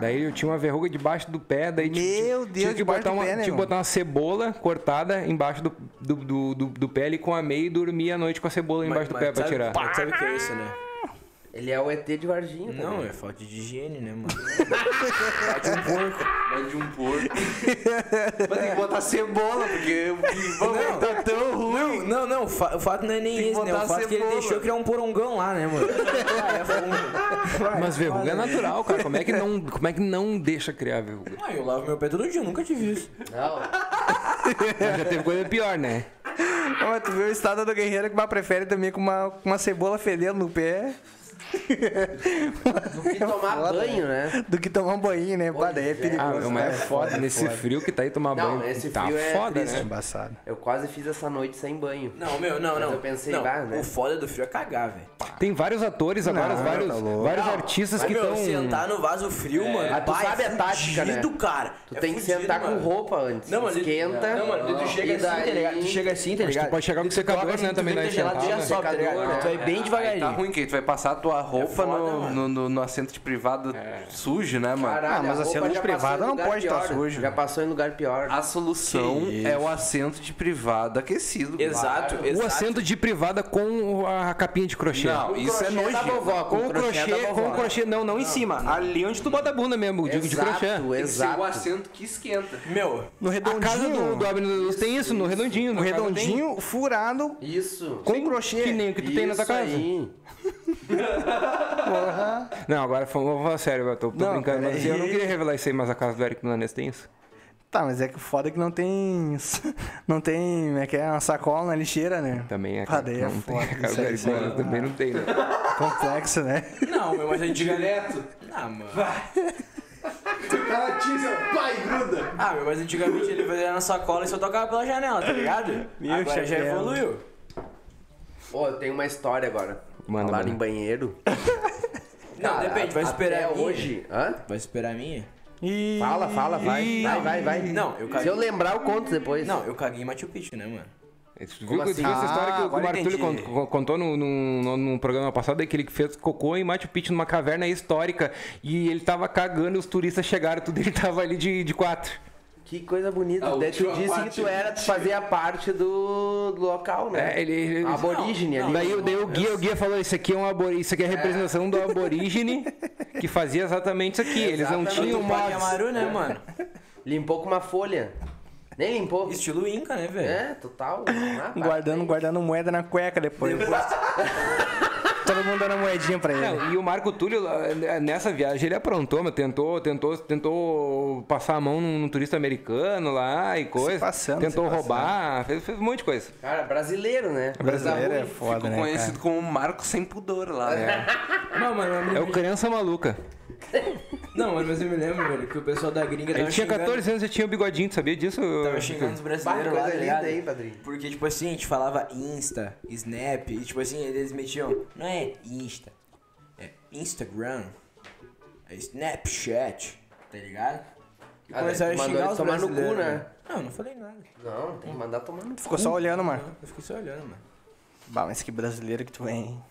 Daí eu tinha uma verruga debaixo do pé, daí tipo, Meu tinha- Deus, tinha que debaixo botar do uma, pé, né, tinha que irmão? botar uma cebola cortada embaixo do, do, do, do, do pé ali com a meia e dormir a noite com a cebola embaixo do pé pra sabe, tirar. Mas sabe o que é isso, né? Ele é o ET de Varginha, Não, é. é falta de higiene, né, mano? Bate um porco. Gosto de um porco. Mas tem que botar cebola, porque o bimbão Não. tá tão ruim. Não, não, o, fa- o fato não é nem Tem que esse, né? botar O fato é que ele cebola. deixou criar um porongão lá, né, mano? Ah, é foda. Vai, Mas verruga é foda, né? natural, cara. Como é que não, como é que não deixa criar verruga? Ah, eu lavo meu pé todo dia, eu nunca tive isso. Não, Mas já teve coisa pior, né? Não, mas tu viu o estado do guerreiro que mais prefere também com uma, com uma cebola fedendo no pé É tem que tomar banho, né? do que tomar um banho, né? Pá, daí é Ah, perigoso. meu, né? mas é foda. Nesse frio que tá aí tomar Não, banho. esse tá frio é foda, triste. É né? embaçado. Eu quase fiz essa noite sem banho. Não, meu, não, Mas não. eu pensei, não, bah, né? O foda do frio é cagar, velho. Tem vários atores agora, Não, vários, tá louco. vários artistas Mas, que meu, estão. sentar no vaso frio, mano. É. Mas tu pá, é sabe a tática, né? fudido, cara. Tu É tem que fudido, sentar mano. com roupa antes. Não, mas ele- esquenta. Ah. Não, mano, tu chega e assim, tá ligado? Tu chega assim, tá Mas tu ligado? pode chegar com Tu secador, toca né, tu também, deita né, gelado e já sentado, sobe, tá ligado? Secador, Tu vai né? bem Tá devagarinho. ruim que aí tu vai passar a tua roupa é foda, no, mano. no, no- no assento de privado sujo, né, mano? Caralho, Ah, mas a roupa assim, a luz já privada passou em não lugar pode tá pior. né? suja. Já passou em lugar pior. Ah, A solução é o assento de privado aquecido. Exato, O exato. assento de privada com a capinha de crochê. Não, isso é crochê tá da nojento. vovó, Com o crochê, tá da com o vovó. crochê, não, Ah. não em cima. Ali onde tu bota a bunda mesmo, digo de Exato, crochê. Exato. O Exato. assento que esquenta. Meu, No A casa do, redondinho, do Abner Luz tem isso, no redondinho. no na casa redondinho furado Isso. com tem, crochê. que nem o que tu tem na tua Isso casa. aí. Não, agora fal- vou falar sério, eu tô, tô Não, brincando. peraí. Mas eu não queria revelar isso aí, mas a casa do Eric Milanês tem isso. Tá, mas é que o foda é que não tem. Não tem. como É que é uma sacola na lixeira, né? Tá. Também é. Ah, daí é não tem. foda. A casa Isso do Eric aí, isso aí. Milanês também não tem, né? Complexo, né? não, meu, mas a gente... Direto. Ah, mano. Ela tira, tá pai, gruda. Ah, meu, mas antigamente ele fazia na sacola e só tocava pela janela, tá ligado? Meu Agora já chapéu. evoluiu. Pô, eu tenho uma história agora. Manda, Falaram manda. em banheiro. Não, depende, vai esperar a até minha. hoje. Hã? Vai esperar a minha? E. Fala, fala, vai. Vai, vai, vai. Não, eu Se eu caguei. lembrar, eu conto depois. Não, eu caguei em Machu Picchu, né, mano? É, Tu viu, Como tu viu assim? essa história que Ah, o- que o agora Martulho entendi. cont- contou no, no- no- no programa passado, é que ele fez cocô em Machu Picchu numa caverna histórica e ele tava cagando e os turistas chegaram, tudo ele tava ali de, de quatro. Que coisa bonita. Ah, o Daí tio tu disse que Abate. tu era, tu fazia parte do, do local, né? É, ele- ele- Aborígene Não, ali. daí, o- daí o guia, o guia falou, isso aqui é um abori, isso aqui é a representação do aborígene que fazia exatamente isso aqui. Eles não Exatamente. tinham O Pai mods. Amaru, né, mano? Limpou com uma folha. Nem limpou. Estilo Inca, né, velho? É, total. Ah, tá. Guardando, guardando moeda na cueca depois. Todo mundo dando moedinha pra ele. Não, e o Marco Túlio, lá, eh, nessa viagem, ele aprontou, mas tentou, tentou, tentou passar a mão num, num turista americano lá e coisa. passando, tentou se passando. roubar, fez, fez um monte de coisa. Cara, brasileiro, né? Brasileiro é foda, Ficou né? conhecido cara? como um Marco Sem Pudor lá, né? Não, mano, eu me- É o criança maluca. não, mano, mas eu me lembro, velho, que o pessoal da gringa tava Ele tinha xingando- 14 anos e tinha o bigodinho, tu sabia disso? Tava xingando os Bah, que brasileiros lá, tá coisa linda ligado? aí, padrinho. Porque, tipo assim, a gente falava Insta, Snap, e tipo assim, eles metiam, não é Insta, é Instagram, é Snapchat, tá ligado? E Ah, começaram daí a tu mandou xingar eles os tomar no cu, brasileiros, né? velho. Não, não falei nada. Não, tem que mandar tomar no Ficou só olhando, mano. Eu fiquei só olhando, mano. Bah, mas que brasileiro que tu é, hein?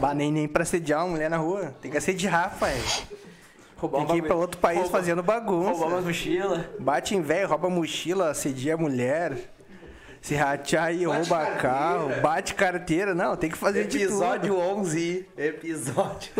Bah, nem, nem pra assediar uma mulher na rua. Tem que assediar, pai. Roubar um Tem que ir pra outro país fazendo Roubar uma bagunça. mochila. Bate em velho, rouba mochila, assedia mulher. Se ratear aí, rouba carro, bate carteira. Não, tem que fazer de Episódio tudo. 11. Episódio.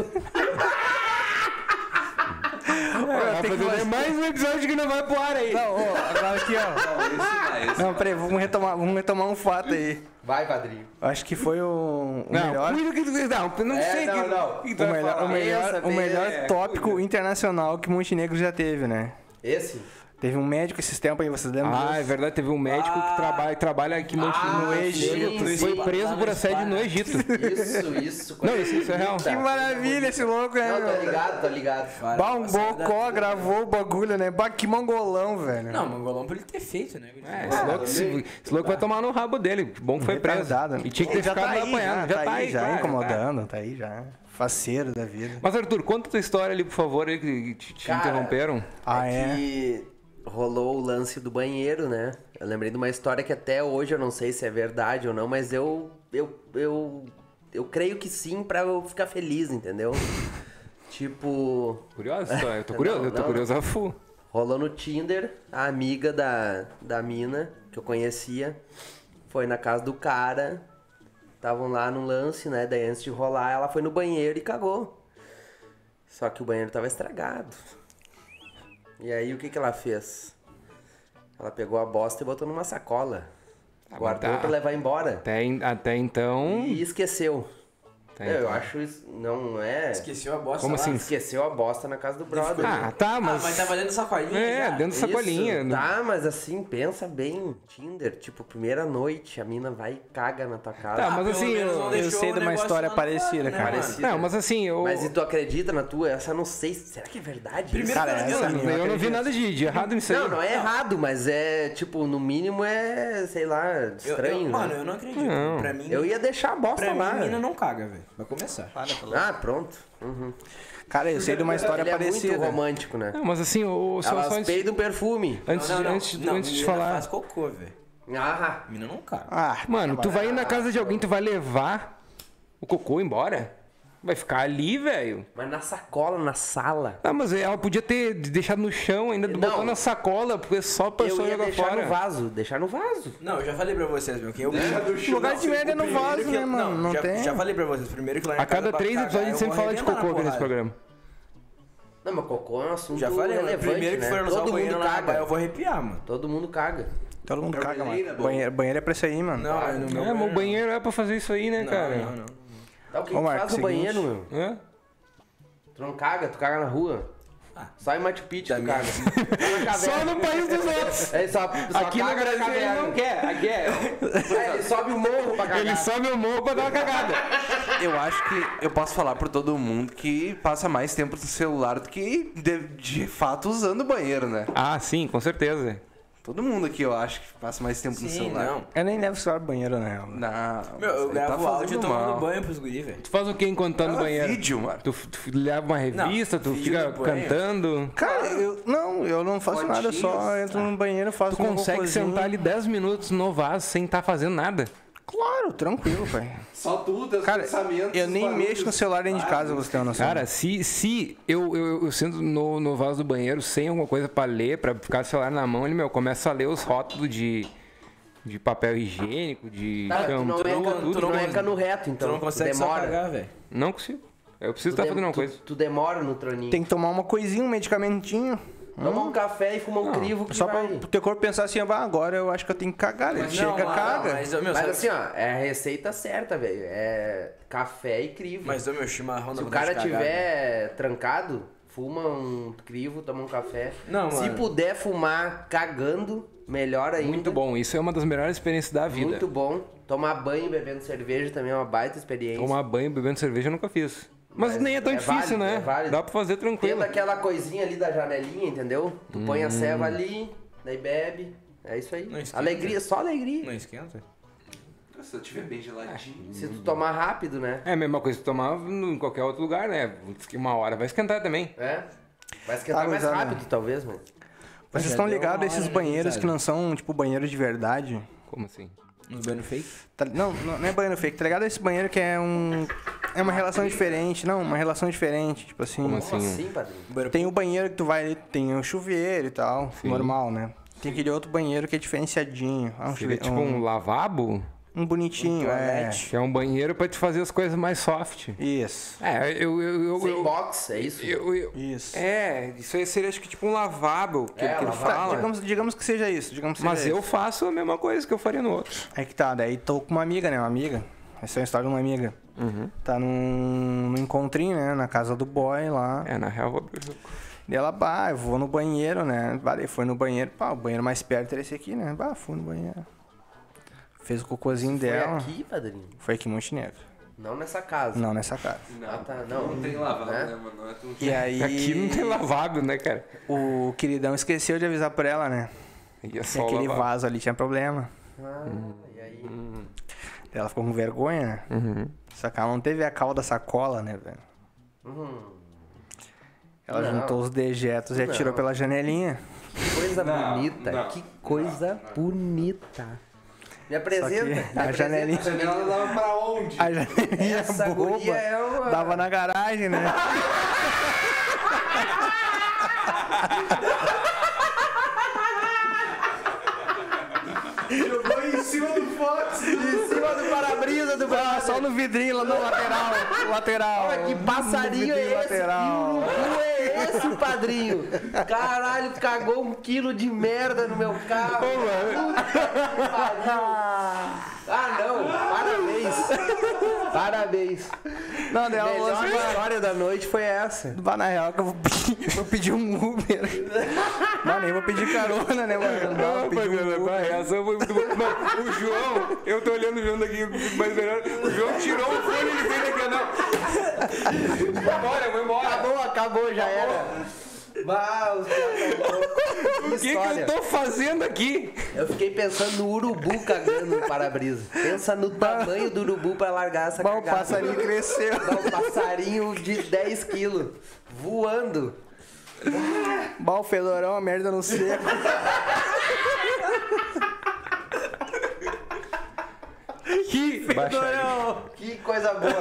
Ô, tem que Fazer fazer- mais um episódio que não vai pro ar aí. Não, ô, agora aqui, ó. Não, peraí, vamos retomar, vamos retomar um fato aí. Vai, padrinho. Acho que foi o, o Não, melhor. cuida que tu- Não, não É, sei não, que- não. que tu O vai melhor, falar. o melhor, Essa o melhor é- tópico internacional que Montenegro já teve, né? Esse? Teve um médico esses tempos aí, vocês lembram? Ah, é disso? verdade, teve um médico que trabalha, trabalha aqui em Monte- no Egito. sim, foi sim. preso por Lá na assédio no Espanha. Egito. Isso, isso. Não, isso- isso é real. Que maravilha esse louco, né? tá. Não, tô meu? ligado, tô ligado. É Para, Bah, um nossa, bocó gravou o bagulho, né? Bah, que mongolão, velho. Não, mangolão pra ele ter feito, né? É, esse louco, esse- esse louco vai tomar no rabo dele. que Bom que foi preso. Retardado. E tinha que ter É Já ficado tá lá aí, apanhando. Já, tá aí, já claro, É tá. incomodando, tá aí já. Faceiro da vida. Mas Arthur, conta a tua história ali, por favor, aí, que te, te Cara, interromperam. Ah, é? que rolou o lance do banheiro, né? Eu lembrei de uma história que até hoje eu não sei se é verdade ou não, mas eu eu eu, eu creio que sim pra eu ficar feliz, entendeu? tipo, Curioso? Tô- Eu tô curioso, eu tô não. curioso a full. Rolou no Tinder, a amiga da, da mina, que eu conhecia, foi na casa do cara, estavam lá no lance, né? Daí antes de rolar, ela foi no banheiro e cagou. Só que o banheiro tava estragado. E aí o que, que ela fez? Ela pegou a bosta e botou numa sacola. mas guardou tá. pra levar embora. Até, en- até então. E esqueceu. Tá, eu então. acho isso. Não é. Esqueceu a bosta Como lá. assim? Esqueceu a bosta na casa do brother. Ah, tá, Ah, mas. mas tava dentro da sacolinha É, já. dentro da Isso, sacolinha. né? Tá, mas assim, pensa bem. Tinder, tipo, primeira noite, a mina vai e caga na tua casa. Tá, mas Ah, pelo assim, menos não eu- deixou eu sei o de uma negócio história lá no quarto, parecida, né, cara. mano? Parecida. Não, mas assim, eu. Mas e tu acredita na tua? Essa eu não sei. Será que é verdade? Primeiro isso? que ela essa deu, mina- né? eu não vi nada de, de errado nisso aí. Não, não é errado, mas é, tipo, no mínimo é, sei lá, Eu- eu- estranho. né? Mano, eu não acredito. Pra mim, Eu ia deixar a bosta pra mim, lá. a mina não caga, velho. Vai começar. Ah, pronto. Uhum. Cara, eu sei de uma história Ele é muito parecida. romântico, né? Não, mas assim, o, o só, só É. Elas antes, peidam perfume. antes, não, não, não. antes, Não, antes de menina falar. faz cocô, velho. Ah, Mina não caga. Ah, Mano, tu vai ir na casa de alguém, tu vai levar o cocô embora? Vai ficar ali, velho. mas na sacola, na sala. Ah, mas ela podia ter deixado no chão ainda, Não. botou na sacola, porque só Eu passou ia jogar deixar fora. no vaso, deixar no vaso. Não, eu já falei pra vocês, meu. Que eu lugar de é merda no Primeiro vaso, que né, eu- mano? Não já, tem. já falei pra vocês. Primeiro que lá em A cada casa pra três cagar, episódios a eu gente sempre vou fala de arrebentar cocô na aqui nesse porrada. programa. Não, mas cocô é um assunto Já falei, mano. relevante, Primeiro que né? for no Todo mundo banheiro lá, caga. eu vou arrepiar, mano. Todo mundo caga. todo mundo caga, mano. banheiro, Banheiro, banheiro é pra isso aí, mano. Não, mas no meu É, mas o banheiro é pra fazer isso aí, né, cara? Não, não, não. Tá, o que Ô, que Marco, faz no seguinte. banheiro, meu? Hã? Tu não caga, tu caga na rua. Só em Machu Picchu Ah. Da tu minha- caga. Só na Só caverna. no país dos outros. Ele só, só Aqui no caga Brasil ele caverna. não quer, Aqui é. Ah, ele sobe o morro pra cagar. Ele sobe o morro pra dar uma cagada. Eu acho que eu posso falar por todo mundo que passa mais tempo no celular do que de, de fato usando o banheiro, né? Ah, sim, com certeza. Todo mundo aqui eu acho que passa mais tempo no Sim, celular. não. Eu nem levo celular pro banheiro, né? Não. Meu, eu isso aí tá gravo áudio fazendo tomando mal. banho pros guri, velho. Tu faz o que enquanto tá no Grava banheiro? vídeo, mano. Tu, tu leva uma revista, tu vídeo fica no banho. cantando. Cara, eu não, eu não faço nada, eu só entro no banheiro, faço Tu meu consegue cocôzinho. sentar ali 10 minutos no vaso sem tá fazendo nada. Claro, tranquilo, pai. Só tu, teus Cara, Tá pensamentos. eu nem mexo no celular dentro de casa, você tem uma noção. Cara, se, se eu, eu, eu sento no, no vaso do banheiro sem alguma coisa pra ler, pra ficar com o celular na mão, ele, meu, começa a ler os rótulos de, de papel higiênico, de Tá, Então, tu não, shampoo, entra, tudo. tu não entra no reto, então. Tu não consegue demora. só cagar, velho. Não consigo. Eu preciso Tu, estar dem- tá fazendo alguma tu- coisa. tu demora no troninho. tem que tomar uma coisinha, um medicamentinho. Toma Hum? um café e fuma um crivo que Só pra vai. o teu corpo pensar assim, ah, agora eu acho que eu tenho que cagar. Ele Não, chega, não, caga. ah, Mas, ô, meu, Mas sabe- assim, ó, é a receita certa, velho. É café e crivo. Mas, ô, meu, chimarrão dá Se o vontade cara de cagar, velho. tiver trancado, fuma um crivo, toma um café. Não, Se mano. puder fumar cagando, melhor ainda. Muito bom, isso é uma das melhores experiências da vida. Muito bom. Tomar banho bebendo cerveja também é uma baita experiência. Tomar banho bebendo cerveja eu nunca fiz. Mas, Mas nem é tão é difícil, válido, né? é válido. Dá pra fazer tranquilo. Tendo aquela coisinha ali da janelinha, entendeu? Tu põe a ceva ali, daí bebe. É isso aí. Não esquenta. Alegria, só alegria. Não esquenta? Se eu tiver bem geladinho. Se tu tomar rápido, né? É a mesma coisa que tomar no- em qualquer outro lugar, né? Diz que Uma hora vai esquentar também. É. Vai esquentar Ah, mais gurizada. rápido, talvez, mas. Vocês é Já estão deu uma ligados a esses hora, né, banheiros gurizada? que não são, tipo, banheiros de verdade? Como assim? Nos banho fake? Tá- não, não, não é banheiro fake, tá ligado? Esse banheiro que é um. É uma relação diferente, não, uma relação diferente, tipo assim. Como assim? Como assim, padrinho? Tem o banheiro que tu vai ali, tem o chuveiro e tal, normal, né? Tem aquele outro banheiro que é diferenciadinho. Ah, um, Seria chuveiro, tipo um lavabo? um, um bonitinho, é. Que é um banheiro pra te fazer as coisas mais soft. Isso. É, eu. eu, eu, Sem eu, box, é isso? eu- eu- Isso. É, isso aí seria acho que tipo um lavabo que, É, que ele lavabo. Tá, fala. digamos, digamos que seja isso, digamos que Mas seja eu isso. faço a mesma coisa que eu faria no outro. É que tá, daí tô com uma amiga, né? Uma amiga. Essa é a história de uma amiga. Tá num, num encontrinho, né? Na casa do boy lá. É, na real, eu vou abrir o jogo. E ela, bah, eu vou no banheiro, né? Bah, daí foi no banheiro, pá, o banheiro mais perto era esse aqui, né? Bah, fui no banheiro. Fez o cocôzinho Foi dela. aqui, padrinho? Foi aqui em Montenegro. Não nessa casa. Não, nessa casa. Ah, tá. Não, não tem lavado, né? mano? Não é tão- E aí, Aqui não tem lavabo, né, cara? o queridão esqueceu de avisar pra ela, né? E é Que só o aquele lavabo. vaso ali tinha problema. Ah, e aí? Daí Ela ficou com vergonha, né? Só que ela não teve a calda sacola, né, velho? Ela Uhum. Não. juntou os dejetos e Não. atirou pela janelinha. Que coisa bonita. que coisa bonita. Me apresenta. que me a apresenta. janelinha- janela dava pra onde? A janelinha Essa boba guria é uma- dava na garagem, né? Jogou em cima do Fox. Em cima do para-brisa do braço, só no vidrinho lá no lateral. Lateral. Ah, que No passarinho vidrinho é esse? Que urubu é esse, padrinho? Caralho, cagou um quilo de merda no meu carro. Puta que pariu. Ah, não. Parabéns. Parabéns. Não, daí A ela melhor lança uma... história da noite foi essa. Bah, na real que eu vou pedir, vou pedir um Uber. Não, nem vou pedir carona, né, mano? Não, dá, vou pedir é um a Uber. reação foi muito boa. Não, o João, eu tô olhando o João daqui, mas melhor, o João tirou o fone e ele veio daqui, não. Vou embora, vou embora. Acabou, acabou, já era. Bah, os caras tão loucos. O que, que eu tô fazendo aqui? Eu fiquei pensando no urubu cagando no para-brisa. Pensa no tamanho do urubu pra largar essa Bah, o cagada. passarinho cresceu. Dá um passarinho de 10 quilos voando. Bah, o fedorão, a merda no seco. Que Que coisa boa.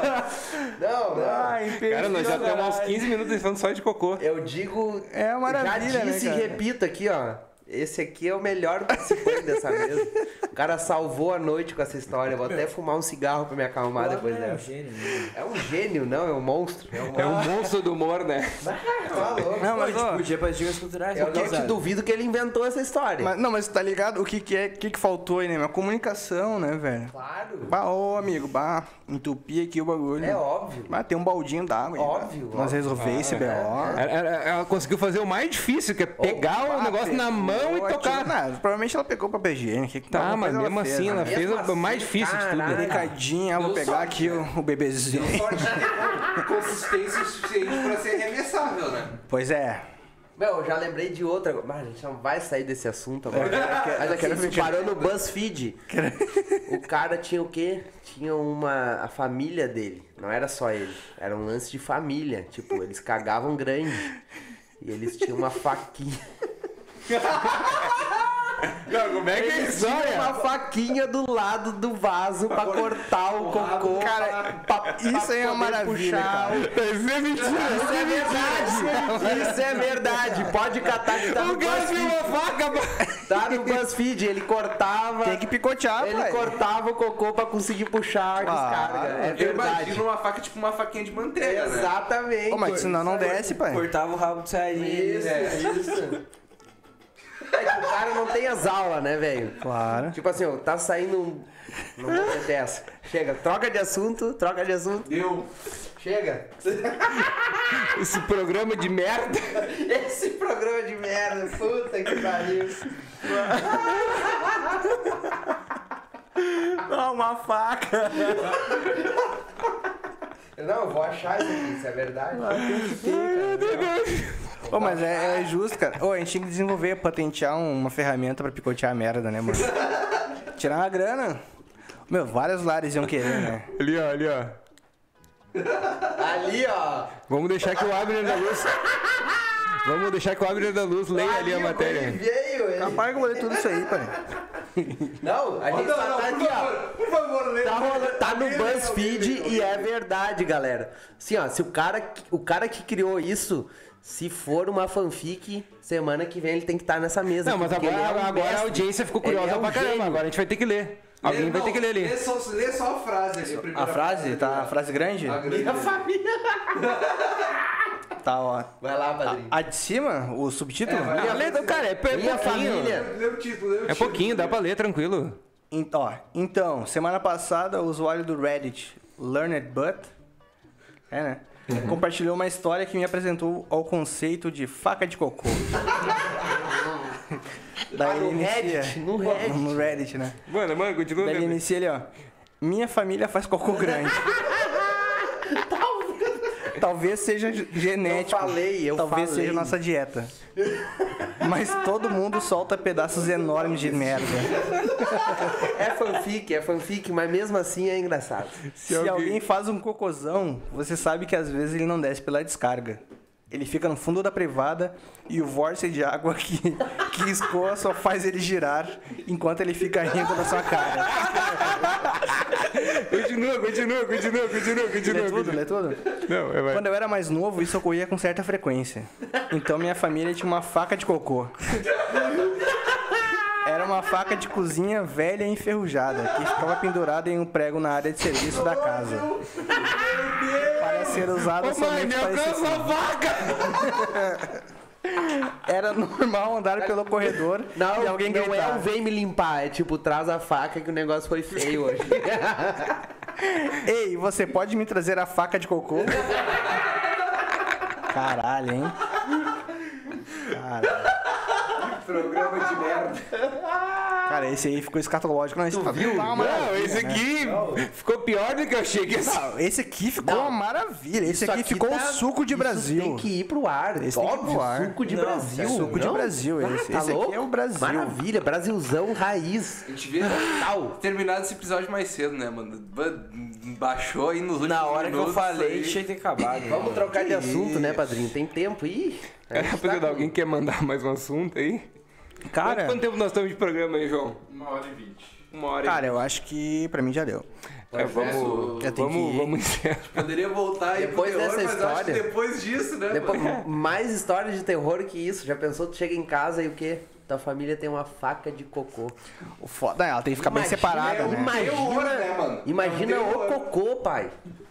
Não, não. Ai, Cara, nós já perdido, temos uns caralho. 15 minutos falando só de cocô. Eu digo. É uma maravilha, Já né, disse e cara? repito aqui, ó. Esse aqui é o melhor participante dessa mesa. O cara salvou a noite com essa história. Vou até fumar um cigarro pra me acalmar depois É um dessa. gênio, né? É um gênio, não? É um monstro. É um É monstro. um monstro do humor, né? Tá louco. Não, Pô, mas, ó, tipo, dia para as dicas culturais. Eu né, não te Gonzaga? duvido que ele inventou essa história. mas- não, mas tá ligado o que que é, o que que faltou aí, né? Uma comunicação, né, velho? Claro. Bah, ô, amigo, bah, entupi aqui o bagulho. É óbvio. Mas tem um baldinho d'água. aí, Óbvio, bah. óbvio. Ah, Nós é. resolvemos esse B.O. Ela, ela- ela conseguiu fazer o mais difícil, que é pegar Ah, o negócio na pegou mão e aquilo- tocar. Não, provavelmente ela pegou papel higiênico. que Tá, alguma mas coisa mesmo fez, assim, ela né? fez Mesmo o mais assim, difícil de tudo. caralho. Recadinha, eu vou pegar aqui o, o bebezinho. Consistência suficiente pra ser arremessável, né? Pois é. Meu, eu já lembrei de outra. agora. Mas a gente não vai sair desse assunto agora. É. Mas aqui, quero isso ver. parou no BuzzFeed. O cara tinha o quê? Tinha uma. A família dele. Não era só ele. Era um lance de família. Tipo, eles cagavam grande. E eles tinham uma faquinha. Como é que é isso? Tinha uma faquinha do lado do vaso pra cortar o cocô. Cara, pa- isso aí é uma maravilha, cara. Isso é mentira, isso é Verdade! Isso é verdade! Pode catar que tá no O cara viu BuzzFeed. uma faca, pô. Tá no BuzzFeed, ele cortava. Tem que picotear, Ele pai. cortava o cocô pra conseguir puxar a descarga. É Eu verdade. imagino uma faca tipo uma faquinha de manteiga, né? Exatamente. Ô, mas senão não desce, pai. Cortava o rabo do sarinho. Isso, isso. É que o cara não tem as aulas, né, velho? Claro. Tipo assim, ó, tá saindo um. Não vou ter dessa. Chega, troca de assunto, troca de assunto. Deu. Chega. Esse programa de merda. Esse programa de merda, puta que pariu. uma faca. Não, eu vou achar isso aqui, isso é verdade. Ô, mas é, é justo, cara. Ô, a gente tinha que desenvolver, patentear um- uma ferramenta pra picotear a merda, né, mano? Tirar uma grana. Meu, vários lares iam querer, né? Ali, ó, ali, ó. Ali, ó. Vamos deixar que o Abner da Luz. Vamos deixar que o Abner da Luz leia ali a o guri matéria. Veio, ele. Capaz que eu vou ler tudo isso aí, pai. Não, a gente só tá aqui, ó. Por favor, lê. Tá, rolando- tá no BuzzFeed e é verdade, galera. Assim, ó, se o cara, que- o cara que criou isso, se for uma fanfic, semana que vem ele tem que estar nessa mesa. Não, mas porque agora, ele é um agora a mestre. audiência ficou Ele curiosa é um pra caramba. gênio. Agora a gente vai ter que ler. Alguém vai Não, ter que ler ali. é Lê só, lê só a frase ali. primeira A frase? Tá, a frase grande? A grande. Minha família. Tá, ó. Vai lá, padrinho. A de cima, o subtítulo? Ah, lê, cara, é, é Minha pouquinho. família. Lê o título, lê o É título. pouquinho, dá pra ler tranquilo. En- ó, então, semana passada, o usuário do Reddit, Learned Butt, é, né? Uhum. Compartilhou uma história que me apresentou ao conceito de faca de cocô. Daí no ele inicia- Reddit, no Reddit. No Reddit, né? Mano, mano, continua Daí ele lendo. inicia ali, ó. Minha família faz cocô grande. Talvez seja ge- genético. Eu falei, eu Tá, Talvez falei. seja nossa dieta. Mas todo mundo solta pedaços enormes de merda. É fanfic, é fanfic, mas mesmo assim é engraçado. Se alguém... faz um cocôzão, você sabe que às vezes ele não desce pela descarga. Ele fica no fundo da privada e o vórtice de água que, que escoa só faz ele girar enquanto ele fica rindo na sua cara. Continua, continua, continua, continua, Lê continua. tudo, continua. lê tudo? Não, é, vai. Quando eu era mais novo, isso ocorria com certa frequência. Então minha família tinha uma faca de cocô. Era uma faca de cozinha velha e enferrujada, que ficava pendurada em um prego na área de serviço da casa. Para ser usada somente para esse fim. vaca! Era normal andar pelo corredor Não, e alguém não é gritar. o vem me limpar, é tipo, traz a faca que o negócio foi feio hoje. Ei, você pode me trazer a faca de cocô? Caralho, hein? Caralho. Programa de merda. Cara, esse aí ficou escatológico. Não, esse tá- tá uma Não, maravilha, esse né? aqui ficou pior do que eu achei que esse. Não, esse aqui ficou uma maravilha. Esse Isso aqui, ficou tá- o suco de isso Brasil. Tem que ir pro ar. Esse tem que ir Óbvio, pro ar. suco de Não, Brasil. é suco de não? Brasil esse. tá Esse aqui louco? é o Brasil. Maravilha, Brasilzão raiz. A gente vê né? Tal. Tá terminado esse episódio mais cedo, né, mano? Ba- Baixou aí nos últimos Na hora que eu minutos falei, aí. tinha que ter acabado. Vamos trocar de assunto, né, padrinho? Tem tempo? Ih, a É, gente rapaziada, tá com- alguém quer mandar mais um assunto aí? Quanto, Cara, quanto tempo nós estamos de programa aí, João? Uma hora e vinte. Uma hora cara, eu acho que pra mim já deu. e É, vamos, Eu tenho que vamos, ir. vamos encerrar. Poderia voltar aí Depois pro terror, dessa mas acho que história- depois disso, né, Depois, mano? mais história de terror que isso. Já pensou, tu chega em casa e o quê? Tua família tem uma faca de cocô. O foda, ela tem que ficar bem Imagina- é separada, né? Imagina, Terror, né, mano? imagina Não, o terror. cocô, pai. Não,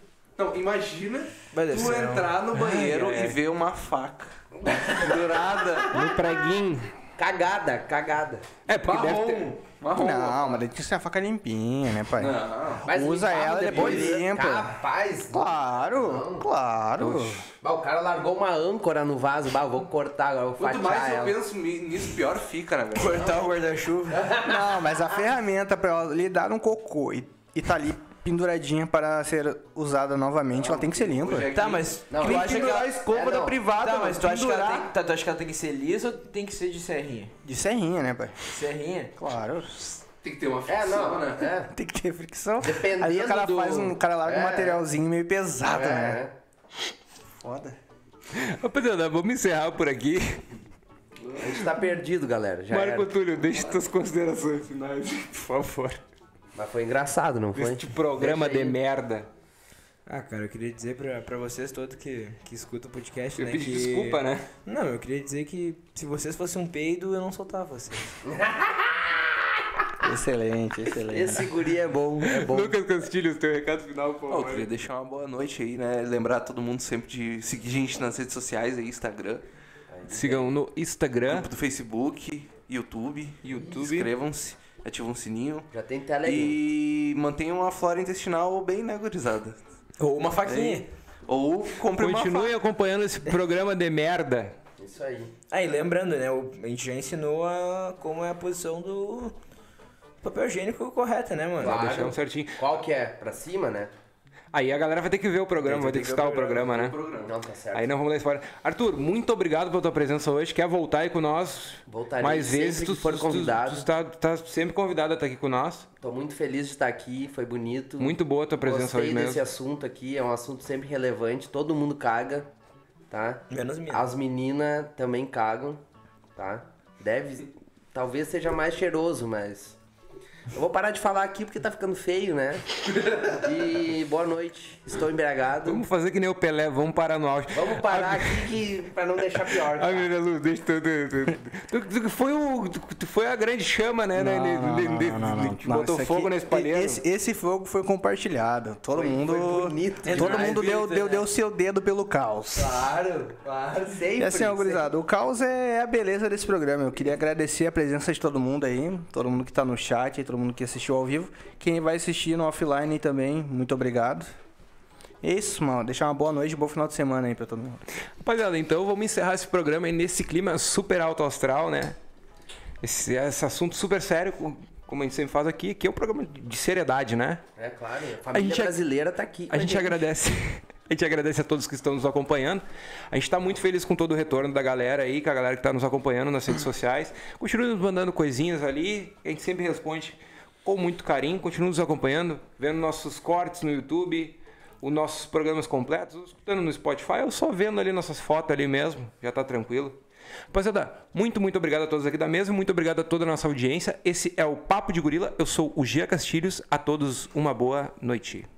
Então, imagina Vai descer, tu não. entrar no banheiro e ver uma faca dourada, No preguinho. Cagada, cagada. É, porque marrom, deve ter... marrom. Não, mas tem que ser a faca limpinha, né, pai? Não. Usa limpava ela e depois né? limpa. Tá. Capaz. Claro, claro. Bah, o cara largou uma âncora no vaso. Bah, eu vou cortar agora, vou Quanto fatiar mais eu ela. penso mi- nisso, pior fica, né, velho? Cortar Então, o guarda-chuva. Não, mas a ferramenta pra ela lhe dar um cocô e, e tá ali penduradinha para ser usada novamente, ela tem que ser limpa. Tá, mas Não, tu tem acha que pendurar a ela... escova É, da não. privada, Tá, mano, mas tu acha, que ela pendurar tem... tá, tu acha que ela tem que ser lisa ou tem que ser de serrinha? de serrinha, né, pai? Serrinha? Claro. Tem que ter uma É, ficção, não, né? né? Tem que ter fricção. Dependendo Aí o cara do- faz um o cara larga um É. materialzinho meio É. pesado, né? é. Foda. Rapaziada, vamos encerrar por aqui. A gente tá perdido, galera. Já Marco era. Túlio, deixe suas considerações finais, por favor. Mas foi engraçado, não foi? Este programa Deixa de aí. merda. Ah, cara, eu queria dizer pra, pra vocês todos que, que escutam o podcast, Eu né? pedi que- desculpa, né? Não, eu queria dizer que se vocês fossem um peido, eu não soltava vocês. Excelente, excelente. Esse guri é bom, é bom. Lucas Castilhos, teu recado final, por Pô, eu favor. queria deixar uma boa noite aí, né? Lembrar todo mundo sempre de seguir gente nas redes sociais aí, Instagram, Sigam no Instagram, grupo do Facebook, YouTube. YouTube. Inscrevam-se, ativam o sininho. Já tem telegram. E mantenham a flora intestinal bem, né, gurizada? Ou uma faquinha. Ou compre uma faca. Continue acompanhando esse programa de merda. Isso aí. Aí, lembrando, né? o- a gente já ensinou a, como é a posição do papel higiênico correta, né, mano? Claro. Deixamos certinho. Qual que é? Pra cima, né? Aí a galera vai ter que ver o programa, vai ter que escutar o programa, né? Não, tá certo. Aí não vamos dar spoiler. Arthur, muito obrigado pela tua presença hoje. Quer voltar aí com nós? Voltarei mais sempre vezes. que Tu, for tu- tu- convidado. Tu, tá, tá sempre convidado a estar aqui com nós. Tô muito feliz de estar aqui, foi bonito. Muito boa a tua presença Gostei hoje desse mesmo. assunto aqui, é um assunto sempre relevante, todo mundo caga, tá? Menos mim. As meninas também cagam, tá? Deve. Talvez seja mais cheiroso, mas. Eu vou parar de falar aqui porque tá ficando feio, né? E boa noite. Estou embriagado. Vamos fazer que nem o Pelé, vamos parar no auge. Vamos parar aqui que, pra não deixar pior. Ai, meu Deus, deixa tu, tu, tu- tu- tu foi o. Tu, tu foi a grande chama, né? né? Não, não, Ele- não, ele- não, não, não. ele Não, Botou isso fogo aqui- nesse palheiro. Esse, esse fogo foi compartilhado. Todo mundo. é, foi bonito todo demais. mundo deu, deu, deu seu dedo pelo caos. Claro, claro, sempre. E assim, ó, sempre. gurizada, o caos é a beleza desse programa. Eu queria agradecer a presença de todo mundo aí, todo mundo que tá no chat, aí, todo mundo que assistiu ao vivo. Quem vai assistir no offline também, muito obrigado. É isso, mano. Deixar uma boa noite, um bom final de semana aí pra todo mundo. Rapaziada, então vamos encerrar esse programa aí nesse clima super alto astral, né? Esse, esse assunto super sério, com- como a gente sempre faz aqui, que é um programa de seriedade, né? É claro, a família gente- brasileira tá aqui. com A gente agradece. A gente agradece a todos que estão nos acompanhando. A gente está muito feliz com todo o retorno da galera aí, com a galera que está nos acompanhando nas redes sociais. Continua nos mandando coisinhas ali. A gente sempre responde com muito carinho. Continua nos acompanhando, vendo nossos cortes no YouTube, os nossos programas completos, ou escutando no Spotify, ou só vendo ali nossas fotos ali mesmo. Já tá tranquilo. Rapaziada, muito, muito obrigado a todos aqui da mesa. Muito obrigado a toda a nossa audiência. Esse é o Papo de Gorila. Eu sou o Gia Castilhos. A todos, uma boa noite.